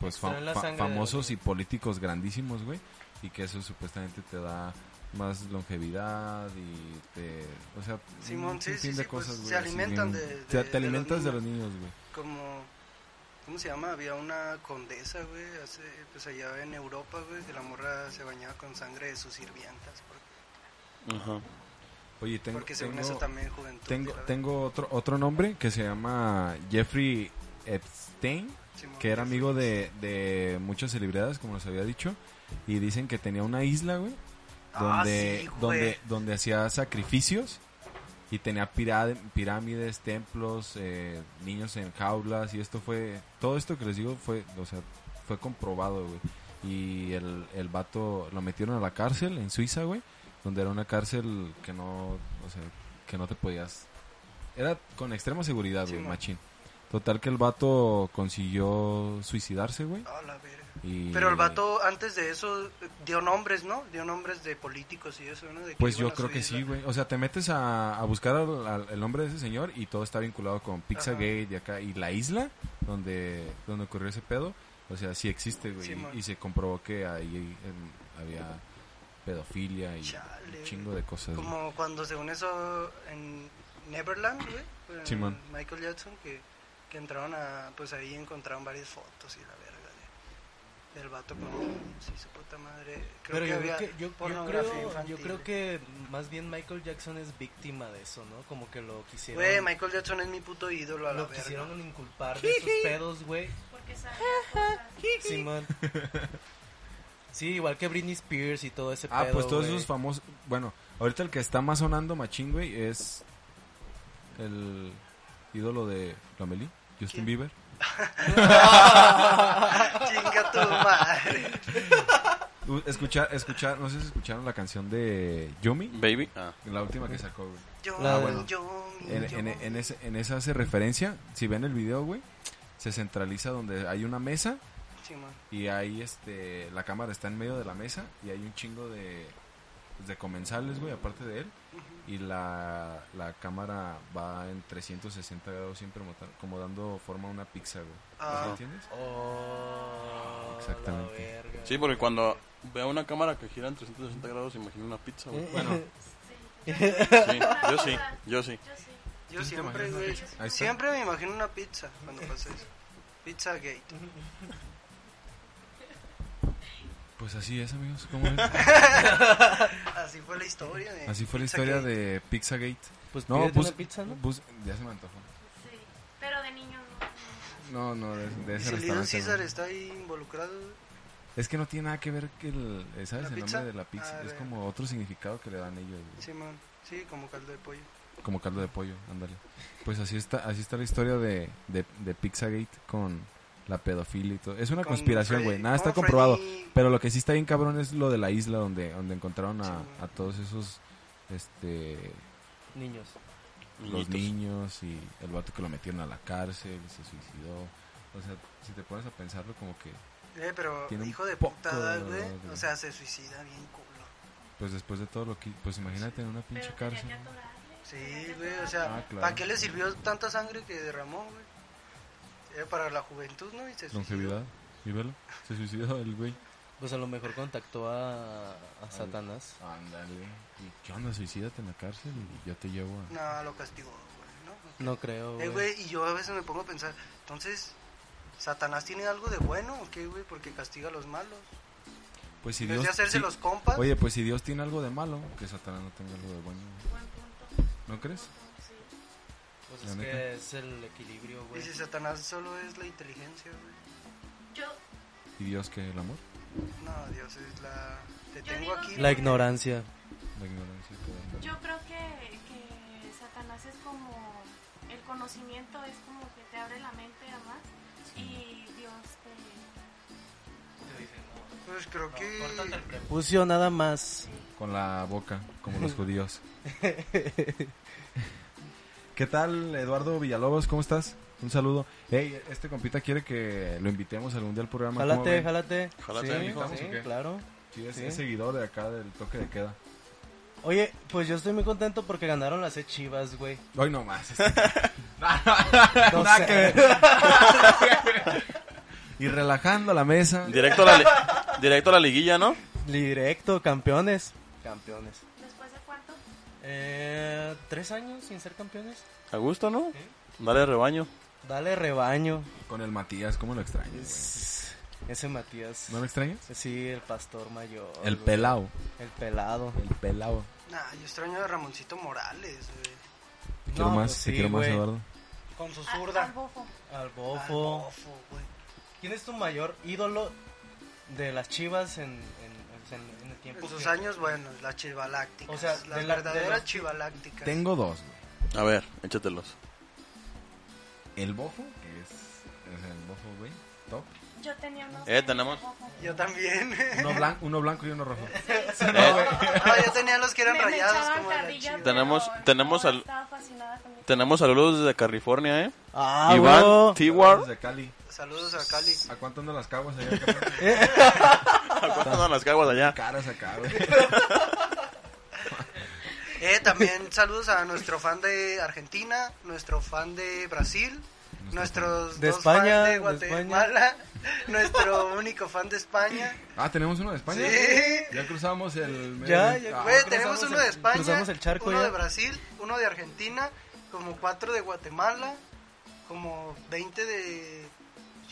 Speaker 2: pues fam-
Speaker 1: Extraen la
Speaker 2: fa-
Speaker 1: sangre de
Speaker 2: famosos
Speaker 1: los-
Speaker 2: y políticos grandísimos, güey, y que eso supuestamente te da más longevidad y te, o sea,
Speaker 3: Simón, sí, sí, sí, pues, se
Speaker 2: así
Speaker 3: alimentan
Speaker 2: bien-
Speaker 3: de- de-
Speaker 2: te, te
Speaker 3: de los
Speaker 2: alimentas de los
Speaker 3: niños.
Speaker 2: niños, güey.
Speaker 3: Como. ¿Cómo se llama? Había una condesa, güey, hace, pues allá en Europa, güey, que la morra se bañaba con sangre de sus sirvientas. Porque,
Speaker 4: Ajá.
Speaker 2: Oye, tengo,
Speaker 3: porque según
Speaker 2: tengo-
Speaker 3: eso también juventud.
Speaker 2: tengo,
Speaker 3: ¿verdad?
Speaker 2: tengo otro, otro nombre que se llama Jeffrey Epstein,
Speaker 3: Simón.
Speaker 2: que era amigo de, de muchas celebridades, como les había dicho, y dicen que tenía una isla, güey,
Speaker 3: Ah,
Speaker 2: donde,
Speaker 3: sí, güey.
Speaker 2: donde, donde hacía sacrificios y tenía pirá- pirámides, templos, eh, niños en jaulas y esto fue, todo esto que les digo fue, o sea, fue comprobado, güey. Y el, el vato lo metieron a la cárcel en Suiza, güey, donde era una cárcel que no, o sea, que no te podías, era con extrema seguridad, güey,
Speaker 3: Simón.
Speaker 2: machín. Total que el vato consiguió suicidarse, güey.
Speaker 3: Ah, la verga.
Speaker 2: y-
Speaker 3: Pero el vato antes de eso eh, dio nombres, ¿no? Dio nombres de políticos y eso, ¿no? De que
Speaker 2: Pues yo
Speaker 3: iban a
Speaker 2: creo que
Speaker 3: subirla.
Speaker 2: sí, güey. O sea, te metes a, a buscar al, al- el nombre de ese señor y todo está vinculado con Pizzagate y acá. Y la isla donde, donde ocurrió ese pedo, o sea, sí existe, güey.
Speaker 3: Sí,
Speaker 2: y-
Speaker 3: man.
Speaker 2: y, se comprobó que ahí em, había pedofilia y
Speaker 3: Chale,
Speaker 2: un
Speaker 3: güey.
Speaker 2: chingo de cosas. güey.
Speaker 3: Como cuando según eso en Neverland, güey, con
Speaker 2: Simón.
Speaker 3: Michael Jackson, que, que entraron a, pues ahí encontraron varias fotos y la verga de- del vato con, sí, su puta madre, creo
Speaker 1: Pero
Speaker 3: que
Speaker 1: yo
Speaker 3: había
Speaker 1: creo que, yo, yo
Speaker 3: pornografía
Speaker 1: creo,
Speaker 3: infantil.
Speaker 1: yo creo que más bien Michael Jackson es víctima de eso, ¿no? Como que lo quisieron.
Speaker 3: Güey, Michael Jackson es mi puto ídolo a la
Speaker 1: lo
Speaker 3: verga.
Speaker 1: quisieron inculpar de esos pedos, güey.
Speaker 5: Porque sabía cosas.
Speaker 1: Simón. Sí, igual que Britney Spears y todo ese
Speaker 2: Ah,
Speaker 1: pedo.
Speaker 2: pues todos
Speaker 1: güey.
Speaker 2: esos famosos. Bueno, ahorita el que está más sonando machín, güey, es el ídolo de Lomelí, Justin
Speaker 3: ¿Quién?
Speaker 2: Bieber.
Speaker 3: Chinga tu madre.
Speaker 2: Uh, Escuchar, escuchar, no sé si escucharon la canción de Yumi,
Speaker 4: Baby. Ah.
Speaker 2: la última que sacó, güey.
Speaker 3: Yo,
Speaker 6: La-
Speaker 3: yo, mi-
Speaker 2: Ah, En,
Speaker 3: yo.
Speaker 2: en- en ese- en esa hace referencia, si ven el video, güey, se centraliza donde hay una mesa
Speaker 3: Simón.
Speaker 2: y ahí este, la cámara está en medio de la mesa y hay un chingo de, pues, de comensales, güey, aparte de él. Y la, la cámara va en 360 grados siempre mota- como dando forma a una pizza, güey.
Speaker 3: Ah.
Speaker 2: ¿Sí entiendes?
Speaker 1: Oh,
Speaker 2: Exactamente.
Speaker 1: la verga.
Speaker 4: Sí, porque cuando veo una cámara que gira en 360 grados, imagino una pizza, güey.
Speaker 2: Bueno,
Speaker 4: Sí, yo sí, yo sí.
Speaker 5: Yo sí.
Speaker 3: Yo
Speaker 2: ¿Tú te
Speaker 3: siempre,
Speaker 2: imaginas una
Speaker 3: güey.
Speaker 2: pizza? Ahí está.
Speaker 3: Siempre me imagino una pizza cuando pasa eso. Pizza Gate.
Speaker 2: pues así es, amigos. ¿cómo ven?
Speaker 3: Así fue la historia. De
Speaker 2: Así fue la
Speaker 3: Pizza
Speaker 2: historia
Speaker 3: Gate.
Speaker 2: de Pizzagate.
Speaker 6: Pues
Speaker 2: No,
Speaker 6: pídete
Speaker 2: bus-
Speaker 6: una pizza, ¿no?
Speaker 2: bus- ya se me antojó.
Speaker 5: Sí. Pero de niño
Speaker 2: No,
Speaker 5: no.
Speaker 2: no, de, de ese
Speaker 3: ¿Y si Little
Speaker 2: restaurante,
Speaker 3: Caesar
Speaker 2: güey.
Speaker 3: está ahí involucrado?
Speaker 2: Es que no tiene nada que ver que el, eh, ¿sabes? El
Speaker 3: ¿La pizza?
Speaker 2: nombre de la pizza.
Speaker 3: Ah,
Speaker 2: es
Speaker 3: ya.
Speaker 2: como otro significado que le dan ellos, güey.
Speaker 3: Simón. Sí, como caldo de pollo.
Speaker 2: como caldo de pollo, ándale. Pues así está, así está la historia de, de, de Pizzagate con la pedofilia y todo. Es una
Speaker 3: Con
Speaker 2: conspiración, güey.
Speaker 3: Freddy-
Speaker 2: Nada está
Speaker 3: con
Speaker 2: comprobado.
Speaker 3: Freddy-
Speaker 2: Pero lo que sí está bien cabrón es lo de la isla donde, donde encontraron a,
Speaker 3: Sí, güey.
Speaker 2: a todos esos, este,
Speaker 1: Niños.
Speaker 2: los
Speaker 4: Niñitos.
Speaker 2: niños y el vato que lo metieron a la cárcel y se suicidó. O sea, si te pones a pensarlo como que,
Speaker 3: Eh, pero
Speaker 2: Tiene un
Speaker 3: hijo de
Speaker 2: poco
Speaker 3: putada,
Speaker 2: de
Speaker 3: güey.
Speaker 2: verdad, güey.
Speaker 3: O sea, se suicida bien culo.
Speaker 2: pues después de todo lo que, pues imagínate en una pinche
Speaker 5: Pero tenía
Speaker 2: cárcel.
Speaker 5: que
Speaker 2: ¿no?
Speaker 5: atorarle. tenía
Speaker 3: Sí,
Speaker 5: que
Speaker 3: güey. O
Speaker 5: atorarle.
Speaker 3: sea,
Speaker 2: Ah, claro.
Speaker 3: ¿para qué le sirvió tanta sangre que derramó, güey? Era para la juventud, ¿no? Y se suicidó.
Speaker 2: Longevidad, y velo, se suicidó el güey.
Speaker 6: Pues a lo mejor contactó a, a Satanás.
Speaker 2: Ándale. ¿Y qué onda? Suicídate en la cárcel y yo te llevo a...
Speaker 3: No, lo castigó, güey. ¿no?
Speaker 6: No creo,
Speaker 3: Eh,
Speaker 6: güey.
Speaker 3: güey, y yo a veces me pongo a pensar, entonces, ¿Satanás tiene algo de bueno o qué, güey? Porque castiga a los malos.
Speaker 2: Pues si
Speaker 3: En vez de hacerse
Speaker 2: sí.
Speaker 3: los compas,
Speaker 2: Oye, pues si Dios tiene algo de malo, que Satanás no tenga algo de bueno.
Speaker 5: Buen punto.
Speaker 2: ¿No crees?
Speaker 5: Sí.
Speaker 1: Pues
Speaker 2: La
Speaker 1: es
Speaker 2: neta.
Speaker 1: que es el equilibrio,
Speaker 3: y
Speaker 1: güey.
Speaker 3: si Satanás solo es la inteligencia, güey.
Speaker 5: Yo,
Speaker 2: ¿Y Dios que el amor?
Speaker 3: No, Dios es la... Te
Speaker 5: Yo
Speaker 3: tengo
Speaker 5: digo
Speaker 3: aquí.
Speaker 5: que-
Speaker 6: La ignorancia.
Speaker 2: La ignorancia. que da el mal.
Speaker 5: yo creo que, que Satanás es como el conocimiento, es como que te abre la mente a más y Dios te...
Speaker 7: Te dice, no,
Speaker 3: Pues creo
Speaker 7: no, córtate el
Speaker 3: que.
Speaker 7: premo.
Speaker 1: Puso nada más.
Speaker 2: Con la boca, como los judíos. ¿Qué tal, Eduardo Villalobos? ¿Cómo estás? Un saludo. Hey, este compita quiere que lo invitemos algún día al programa. ¿Cómo
Speaker 1: Jálate,
Speaker 2: ven?
Speaker 1: jálate.
Speaker 4: Jálate,
Speaker 1: Sí,
Speaker 4: mijo.
Speaker 1: sí,
Speaker 2: ¿O qué?
Speaker 1: claro.
Speaker 2: Sí, es,
Speaker 1: Sí.
Speaker 2: es seguidor de acá del toque de queda.
Speaker 1: Oye, pues yo estoy muy contento porque ganaron las E Chivas, güey.
Speaker 2: Hoy no más.
Speaker 1: No
Speaker 2: Nada
Speaker 1: sé.
Speaker 2: que ver. y relajando la mesa.
Speaker 4: Directo a la, li- directo a la liguilla, ¿no?
Speaker 1: Directo, campeones. Campeones.
Speaker 5: Después de cuánto,
Speaker 1: Eh, ¿Tres años sin ser campeones?
Speaker 4: A gusto, ¿no? Dale rebaño.
Speaker 1: Dale rebaño.
Speaker 2: Con el Matías, ¿cómo lo extraño? güey?
Speaker 1: Es- Ese Matías.
Speaker 2: ¿No lo extrañas?
Speaker 1: Sí, el pastor mayor.
Speaker 2: El
Speaker 1: güey.
Speaker 2: pelao.
Speaker 1: El pelado.
Speaker 2: El pelao.
Speaker 3: Nah, yo extraño a Ramoncito Morales, güey.
Speaker 2: Te quiero
Speaker 1: No,
Speaker 2: más,
Speaker 1: pues
Speaker 2: te
Speaker 1: sí,
Speaker 2: quiero más,
Speaker 1: güey.
Speaker 2: Eduardo.
Speaker 3: Con su
Speaker 5: Al-
Speaker 3: zurda.
Speaker 5: al bofo.
Speaker 1: Al
Speaker 3: Al
Speaker 1: bofo.
Speaker 3: bofo, güey.
Speaker 1: ¿Quién es tu mayor ídolo de las Chivas en, en- en- en el tiempo?
Speaker 3: En sus
Speaker 1: que-
Speaker 3: años, bueno, la chivaláctica.
Speaker 1: O sea,
Speaker 3: la
Speaker 1: de la- de
Speaker 3: verdadera
Speaker 1: las-
Speaker 3: chivaláctica.
Speaker 2: Tengo dos, güey.
Speaker 4: A ver, échatelos.
Speaker 2: El bofo, que es, es el bofo, güey. Top.
Speaker 5: Yo tenía unos...
Speaker 4: Eh, tenemos.
Speaker 5: tenis de bofo.
Speaker 3: Yo también.
Speaker 2: Uno, blan- uno blanco y uno rojo.
Speaker 4: Eh,
Speaker 3: Ah, yo tenía los que eran
Speaker 5: Me- me
Speaker 3: rayados
Speaker 5: echaban
Speaker 3: como de la
Speaker 5: carrilla,
Speaker 3: chiva.
Speaker 5: pero
Speaker 4: Tenemos-
Speaker 5: no,
Speaker 4: tenemos al-
Speaker 5: Estaba fascinada con mi-
Speaker 4: tenemos saludos desde California, ¿eh?
Speaker 1: Ah, bro.
Speaker 4: Iván
Speaker 2: Saludos
Speaker 4: Tiwar.
Speaker 2: de Cali.
Speaker 3: Saludos a Cali.
Speaker 2: ¿A cuánto andan las caguas allá? cabrón?
Speaker 4: ¿Cuánto andan las caguas allá?
Speaker 2: Caras acá, güey.
Speaker 3: Eh, también saludos a nuestro fan de Argentina, nuestro fan de Brasil, nuestros
Speaker 1: De
Speaker 3: dos
Speaker 1: España,
Speaker 3: fans de
Speaker 1: de
Speaker 3: Guatemala, nuestro único fan de España.
Speaker 2: Ah, tenemos uno de España.
Speaker 3: Sí.
Speaker 2: Ya cruzamos el.
Speaker 1: Ya, ya,
Speaker 2: Ah,
Speaker 3: Güey,
Speaker 1: cruzamos
Speaker 3: tenemos uno
Speaker 1: el-
Speaker 3: de España,
Speaker 1: cruzamos el charco
Speaker 3: uno
Speaker 1: ya.
Speaker 3: de Brasil, uno de Argentina, como cuatro de Guatemala, como 20 de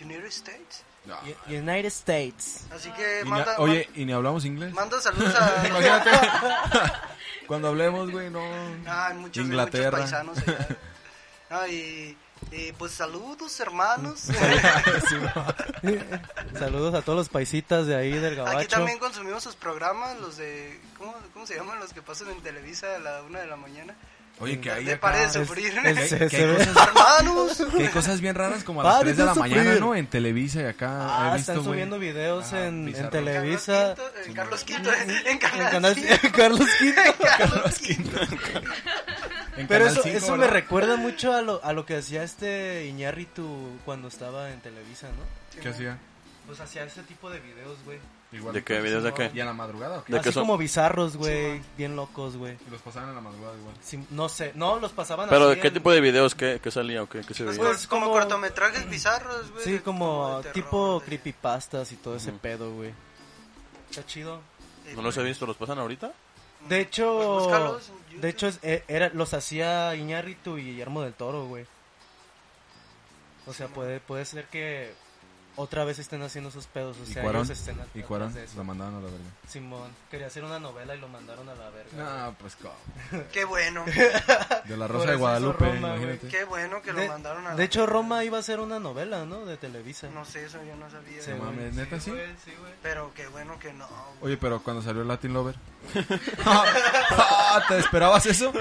Speaker 3: United States.
Speaker 2: no.
Speaker 1: U- United States.
Speaker 3: Así que
Speaker 2: Y ni-
Speaker 3: manda,
Speaker 2: oye, ¿y ni hablamos inglés?
Speaker 3: manda saludos a...
Speaker 2: Imagínate. Cuando hablemos, güey, no.
Speaker 3: Ah, en muchos, en muchos
Speaker 2: Inglaterra.
Speaker 3: paisanos. allá. Ah, y, y pues saludos, hermanos.
Speaker 2: Sí, no.
Speaker 1: Saludos a todos los paisitas de ahí del
Speaker 3: Aquí
Speaker 1: gabacho.
Speaker 3: también consumimos sus programas, los de. ¿Cómo, cómo se llaman los que pasan en Televisa a la una de la mañana?
Speaker 2: Oye, que hay
Speaker 3: De
Speaker 2: acá-
Speaker 3: pare de
Speaker 2: que hay-
Speaker 3: sufrir.
Speaker 1: es-
Speaker 2: que hay
Speaker 1: Se ve.
Speaker 2: cosas-
Speaker 3: ¡Hermanos!
Speaker 2: que hay cosas bien raras como a las
Speaker 1: Pare
Speaker 2: 3 de
Speaker 1: de
Speaker 2: la mañana,
Speaker 1: sufrir.
Speaker 2: ¿no? En Televisa y acá.
Speaker 1: Ah,
Speaker 2: he visto,
Speaker 1: están
Speaker 2: güey.
Speaker 1: subiendo videos
Speaker 2: Ajá,
Speaker 1: en, en
Speaker 2: bizarro.
Speaker 1: Televisa.
Speaker 3: En Carlos Quinto, en, en Canal
Speaker 1: Canal-
Speaker 3: cinco.
Speaker 1: Carlos Quinto.
Speaker 3: En Carlos Quinto.
Speaker 2: En
Speaker 1: Pero
Speaker 2: Canal
Speaker 1: eso,
Speaker 2: cinco,
Speaker 1: eso me
Speaker 2: ¿verdad?
Speaker 1: recuerda mucho a lo, a lo que hacía este Iñárritu cuando estaba en Televisa, ¿no?
Speaker 2: ¿Qué hacía?
Speaker 1: Pues hacía ese tipo de videos, güey.
Speaker 2: Igual
Speaker 4: ¿De qué?
Speaker 2: entonces,
Speaker 4: ¿Videos de
Speaker 2: ¿no?
Speaker 4: qué?
Speaker 2: ¿Y a la madrugada o qué?
Speaker 4: De-
Speaker 1: Así
Speaker 4: que son-
Speaker 1: como bizarros, güey. bien locos, güey.
Speaker 2: Y Los pasaban a la madrugada igual.
Speaker 1: Sí, no sé, no, los pasaban
Speaker 4: ¿Pero
Speaker 1: así
Speaker 4: de qué
Speaker 1: en-
Speaker 4: tipo de videos? ¿Qué, qué salía o qué, qué se
Speaker 3: Pues,
Speaker 4: veía?
Speaker 1: Es
Speaker 3: como,
Speaker 1: como-
Speaker 3: cortometrajes bizarros, güey.
Speaker 1: Sí,
Speaker 3: Pues de-
Speaker 1: como
Speaker 3: de terror,
Speaker 1: tipo
Speaker 3: de-
Speaker 1: creepypastas y todo ese
Speaker 4: Ujú.
Speaker 1: pedo, güey. Está chido.
Speaker 3: de-
Speaker 4: ¿No los he visto? ¿Los pasan ahorita?
Speaker 1: De
Speaker 3: Mm. Eh, Pues
Speaker 1: hecho,
Speaker 3: búscalos en YouTube.
Speaker 1: de hecho es- e- era, los hacía Iñárritu y Guillermo del Toro, güey. O sea, puede, puede ser que otra vez estén haciendo esos pedos. O
Speaker 2: Y
Speaker 1: sea,
Speaker 2: Cuarón.
Speaker 1: ellos estén atrás
Speaker 2: Y Cuarón
Speaker 1: de eso.
Speaker 2: la mandaban a la verga.
Speaker 1: Simón quería hacer una novela y lo mandaron a la verga. güey.
Speaker 2: No, pues cómo.
Speaker 3: Qué bueno.
Speaker 2: De la
Speaker 1: Por
Speaker 2: Rosa de
Speaker 1: eso hizo
Speaker 2: Guadalupe,
Speaker 1: Roma, güey.
Speaker 2: imagínate.
Speaker 3: Qué bueno que lo
Speaker 1: de,
Speaker 3: mandaron a. la-
Speaker 1: de hecho, Roma iba a ser una novela, ¿no? De Televisa.
Speaker 3: No sé, eso yo no sabía.
Speaker 1: Sí,
Speaker 2: No
Speaker 1: güey.
Speaker 2: mames, ¿neta sí?
Speaker 1: güey, sí, güey.
Speaker 3: Pero qué bueno que no. güey.
Speaker 2: Oye, pero cuando salió Latin Lover. Ah, ¿Te esperabas eso?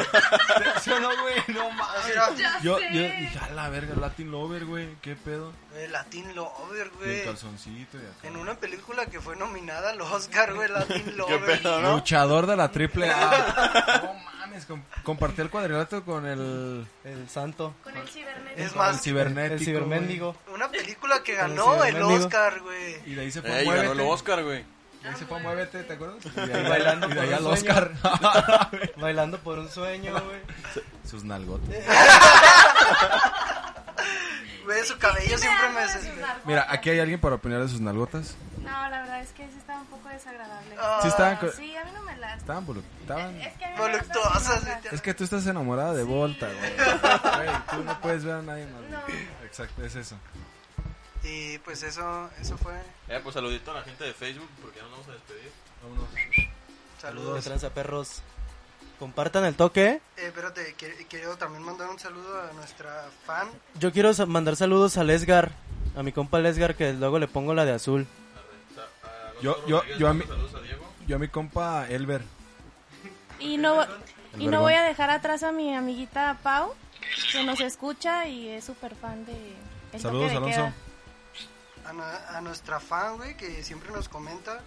Speaker 2: ¿Sí o no, güey? No mames.
Speaker 3: Mira,
Speaker 2: Yo,
Speaker 5: sé.
Speaker 2: yo dije, a la verga, Latin Lover, güey. ¿Qué pedo?
Speaker 3: güey, Latin Lover,
Speaker 2: Y el
Speaker 3: güey.
Speaker 2: calzoncito y acá.
Speaker 3: En una película que fue nominada al Oscar, güey, Latin Lover.
Speaker 2: Luchador de la triple A. No mames, com- compartí el cuadrilátero con el,
Speaker 1: El santo.
Speaker 5: Con el cibernético.
Speaker 3: Es
Speaker 2: con el
Speaker 3: más,
Speaker 2: cibernético.
Speaker 1: El ciberméndigo.
Speaker 3: Una película que ganó
Speaker 1: Parecido,
Speaker 3: el
Speaker 1: mendigo.
Speaker 3: Oscar, güey.
Speaker 2: güey. Y de ahí se fue a
Speaker 4: Ey, ganó el
Speaker 2: Pues, Muévete.
Speaker 4: Oscar, güey.
Speaker 2: Y ahí se fue a Muévete, ¿te acuerdas? Y de
Speaker 1: Y bailando
Speaker 2: y de
Speaker 1: por
Speaker 2: ahí
Speaker 1: un
Speaker 2: al
Speaker 1: sueño.
Speaker 2: Oscar.
Speaker 1: Bailando por un sueño, güey.
Speaker 2: Sus nalgotas.
Speaker 3: Güey, su cabello
Speaker 5: Sí
Speaker 3: siempre
Speaker 5: dan
Speaker 3: me
Speaker 5: ganas de
Speaker 3: desespera.
Speaker 5: usar
Speaker 2: Mira,
Speaker 5: botas.
Speaker 2: aquí hay alguien para opinar de sus nalgotas.
Speaker 5: No, la verdad es que sí estaba un poco desagradable.
Speaker 3: Ah.
Speaker 2: Sí estaban co-
Speaker 5: Sí, a mí no me las...
Speaker 2: Estaban volu- estaban-
Speaker 5: Es que a mí me gustan
Speaker 3: Voluptuosa,
Speaker 5: sin
Speaker 3: sí,
Speaker 5: mangas.
Speaker 3: te-
Speaker 2: Es que tú estás enamorada de Volta, güey. Güey, Tú no puedes ver a nadie más. güey.
Speaker 5: No.
Speaker 2: Exacto, es eso.
Speaker 3: Y pues eso, eso fue.
Speaker 4: Eh, pues saludito a la gente de Facebook porque ya nos vamos a despedir.
Speaker 2: Vámonos.
Speaker 1: ¿Qué
Speaker 3: Saludos.
Speaker 1: tranza, perros? Compartan el toque.
Speaker 3: Eh, espérate, que- quiero también mandar un saludo a nuestra fan.
Speaker 1: Yo quiero sa- mandar saludos a Lesgar. A mi compa Lesgar, que luego le pongo la de azul.
Speaker 2: Yo, yo, yo a mi, yo a mi compa Elber.
Speaker 5: Y no,
Speaker 2: El
Speaker 5: Y no
Speaker 2: vergón.
Speaker 5: voy a dejar atrás a mi amiguita Pau, que nos escucha y es súper fan de... El
Speaker 2: Saludos,
Speaker 5: toque de
Speaker 2: Alonso.
Speaker 5: queda.
Speaker 3: A, nu- a nuestra fan, güey, que siempre nos comenta.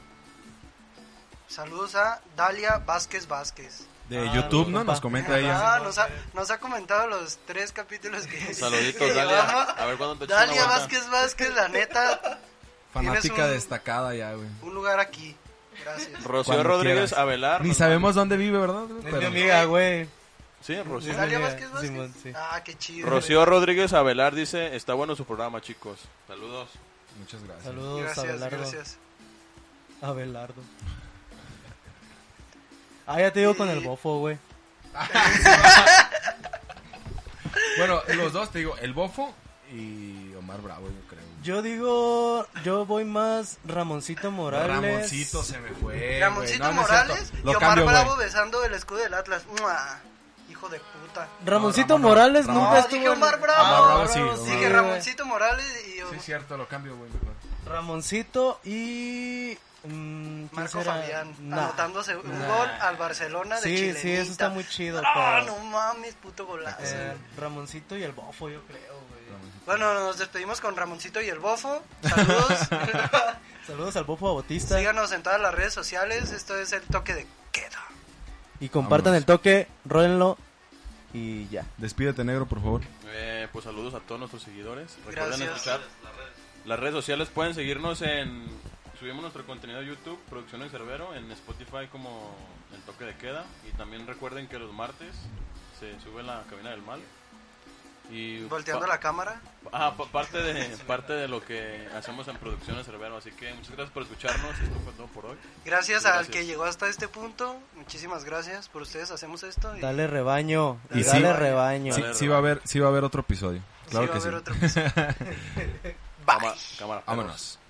Speaker 3: Saludos a Dalia Vázquez Vázquez.
Speaker 2: De
Speaker 1: Ah,
Speaker 2: YouTube,
Speaker 1: mi
Speaker 2: ¿no?
Speaker 1: compa.
Speaker 2: Nos comenta ella.
Speaker 3: Ah, nos, ha, nos ha comentado los tres capítulos que
Speaker 4: Saluditos,
Speaker 3: que
Speaker 4: Dalia.
Speaker 3: llevamos.
Speaker 4: A ver cuándo te echas una
Speaker 3: Dalia
Speaker 4: vuelta.
Speaker 3: Vázquez Vázquez, la neta,
Speaker 2: Fanática
Speaker 3: Tienes un-
Speaker 2: destacada ya, güey.
Speaker 3: un lugar aquí. Gracias.
Speaker 4: Rocío
Speaker 2: Cuando
Speaker 4: Rodríguez
Speaker 2: quieras.
Speaker 4: Avelar.
Speaker 2: Ni
Speaker 4: nos
Speaker 2: sabemos dónde vive, ¿verdad? güey?
Speaker 1: Es mi
Speaker 2: Pero-
Speaker 1: amiga, güey.
Speaker 4: manda- Sí, Rocío.
Speaker 3: Dalia
Speaker 1: mira,
Speaker 3: Vázquez Vázquez.
Speaker 1: Simón, sí.
Speaker 3: Ah, qué chido.
Speaker 4: Rocío Rodríguez Avelar dice, está bueno su programa, chicos. Saludos.
Speaker 2: Muchas gracias.
Speaker 1: Saludos,
Speaker 3: Gracias,
Speaker 1: Abelardo.
Speaker 3: gracias.
Speaker 1: Abelardo. Ah, ya te digo con el
Speaker 3: Y-
Speaker 1: bofo, güey.
Speaker 2: Bueno, los dos, te digo, el Bofo y Omar Bravo, yo creo.
Speaker 1: Yo digo, yo voy más Ramoncito Morales.
Speaker 2: Ramoncito se me fue. güey.
Speaker 3: Ramoncito
Speaker 2: No, no es cierto.
Speaker 3: Morales y
Speaker 2: Lo
Speaker 3: Omar
Speaker 2: cambio, güey.
Speaker 3: Bravo besando el escudo del Atlas. ¡Mua! Hijo de puta.
Speaker 1: Ramoncito
Speaker 2: No, Ramón,
Speaker 1: Morales
Speaker 2: Ramón.
Speaker 1: nunca
Speaker 2: No,
Speaker 1: estuvo.
Speaker 3: dije
Speaker 1: en- Ah,
Speaker 3: Omar Bravo.
Speaker 2: Omar Bravo, sí, Omar
Speaker 3: Dije
Speaker 2: Sí,
Speaker 3: Ramoncito Morales y
Speaker 2: Sí, es cierto, lo cambio, güey, mejor.
Speaker 1: Ramoncito y. mm, ¿quién
Speaker 3: Marco
Speaker 1: será?
Speaker 3: Fabián
Speaker 1: Nah.
Speaker 3: anotándose un
Speaker 1: Nah.
Speaker 3: gol al Barcelona de
Speaker 1: Sí,
Speaker 3: Chile.
Speaker 1: sí, eso está muy chido,
Speaker 3: Ah,
Speaker 1: pero-
Speaker 3: no mames, puto golazo.
Speaker 1: Eh, Ramoncito y el bofo, yo creo, güey.
Speaker 3: Bueno, nos despedimos con Ramoncito y el Bofo. Saludos.
Speaker 1: Saludos al bofo Bautista.
Speaker 3: Síganos en todas las redes sociales. Esto es el toque de queda.
Speaker 1: Y compartan
Speaker 2: Vámonos.
Speaker 1: el toque, rólenlo y ya.
Speaker 2: Despídete, negro, por favor.
Speaker 4: Eh, pues saludos a todos nuestros seguidores. Recuerden
Speaker 3: Gracias.
Speaker 4: escuchar. Las redes sociales pueden seguirnos en... Subimos nuestro contenido a YouTube, Producción El Cerbero, en Spotify como El Toque de Queda. Y también recuerden que los martes se sube la Cabina del Mal. Y
Speaker 3: Volteando
Speaker 4: pa-
Speaker 3: la cámara.
Speaker 4: Ah, pa- parte de, parte de lo que hacemos en Producción El Cerbero. Así que muchas gracias por escucharnos. Esto fue todo por hoy.
Speaker 3: Gracias, al
Speaker 4: Gracias.
Speaker 3: que llegó hasta este punto. Muchísimas gracias. Por ustedes hacemos esto. Y
Speaker 1: Dale rebaño,
Speaker 2: Y
Speaker 1: y
Speaker 2: sí.
Speaker 1: dale rebaño.
Speaker 2: Sí,
Speaker 4: ver,
Speaker 2: sí
Speaker 4: Ramón.
Speaker 2: va a haber, sí va a haber otro episodio.
Speaker 3: sí
Speaker 2: Claro
Speaker 3: va a
Speaker 2: que
Speaker 3: haber
Speaker 2: sí.
Speaker 3: otro episodio. Bye.
Speaker 4: Cámara. cámara, perros.
Speaker 2: Vámonos.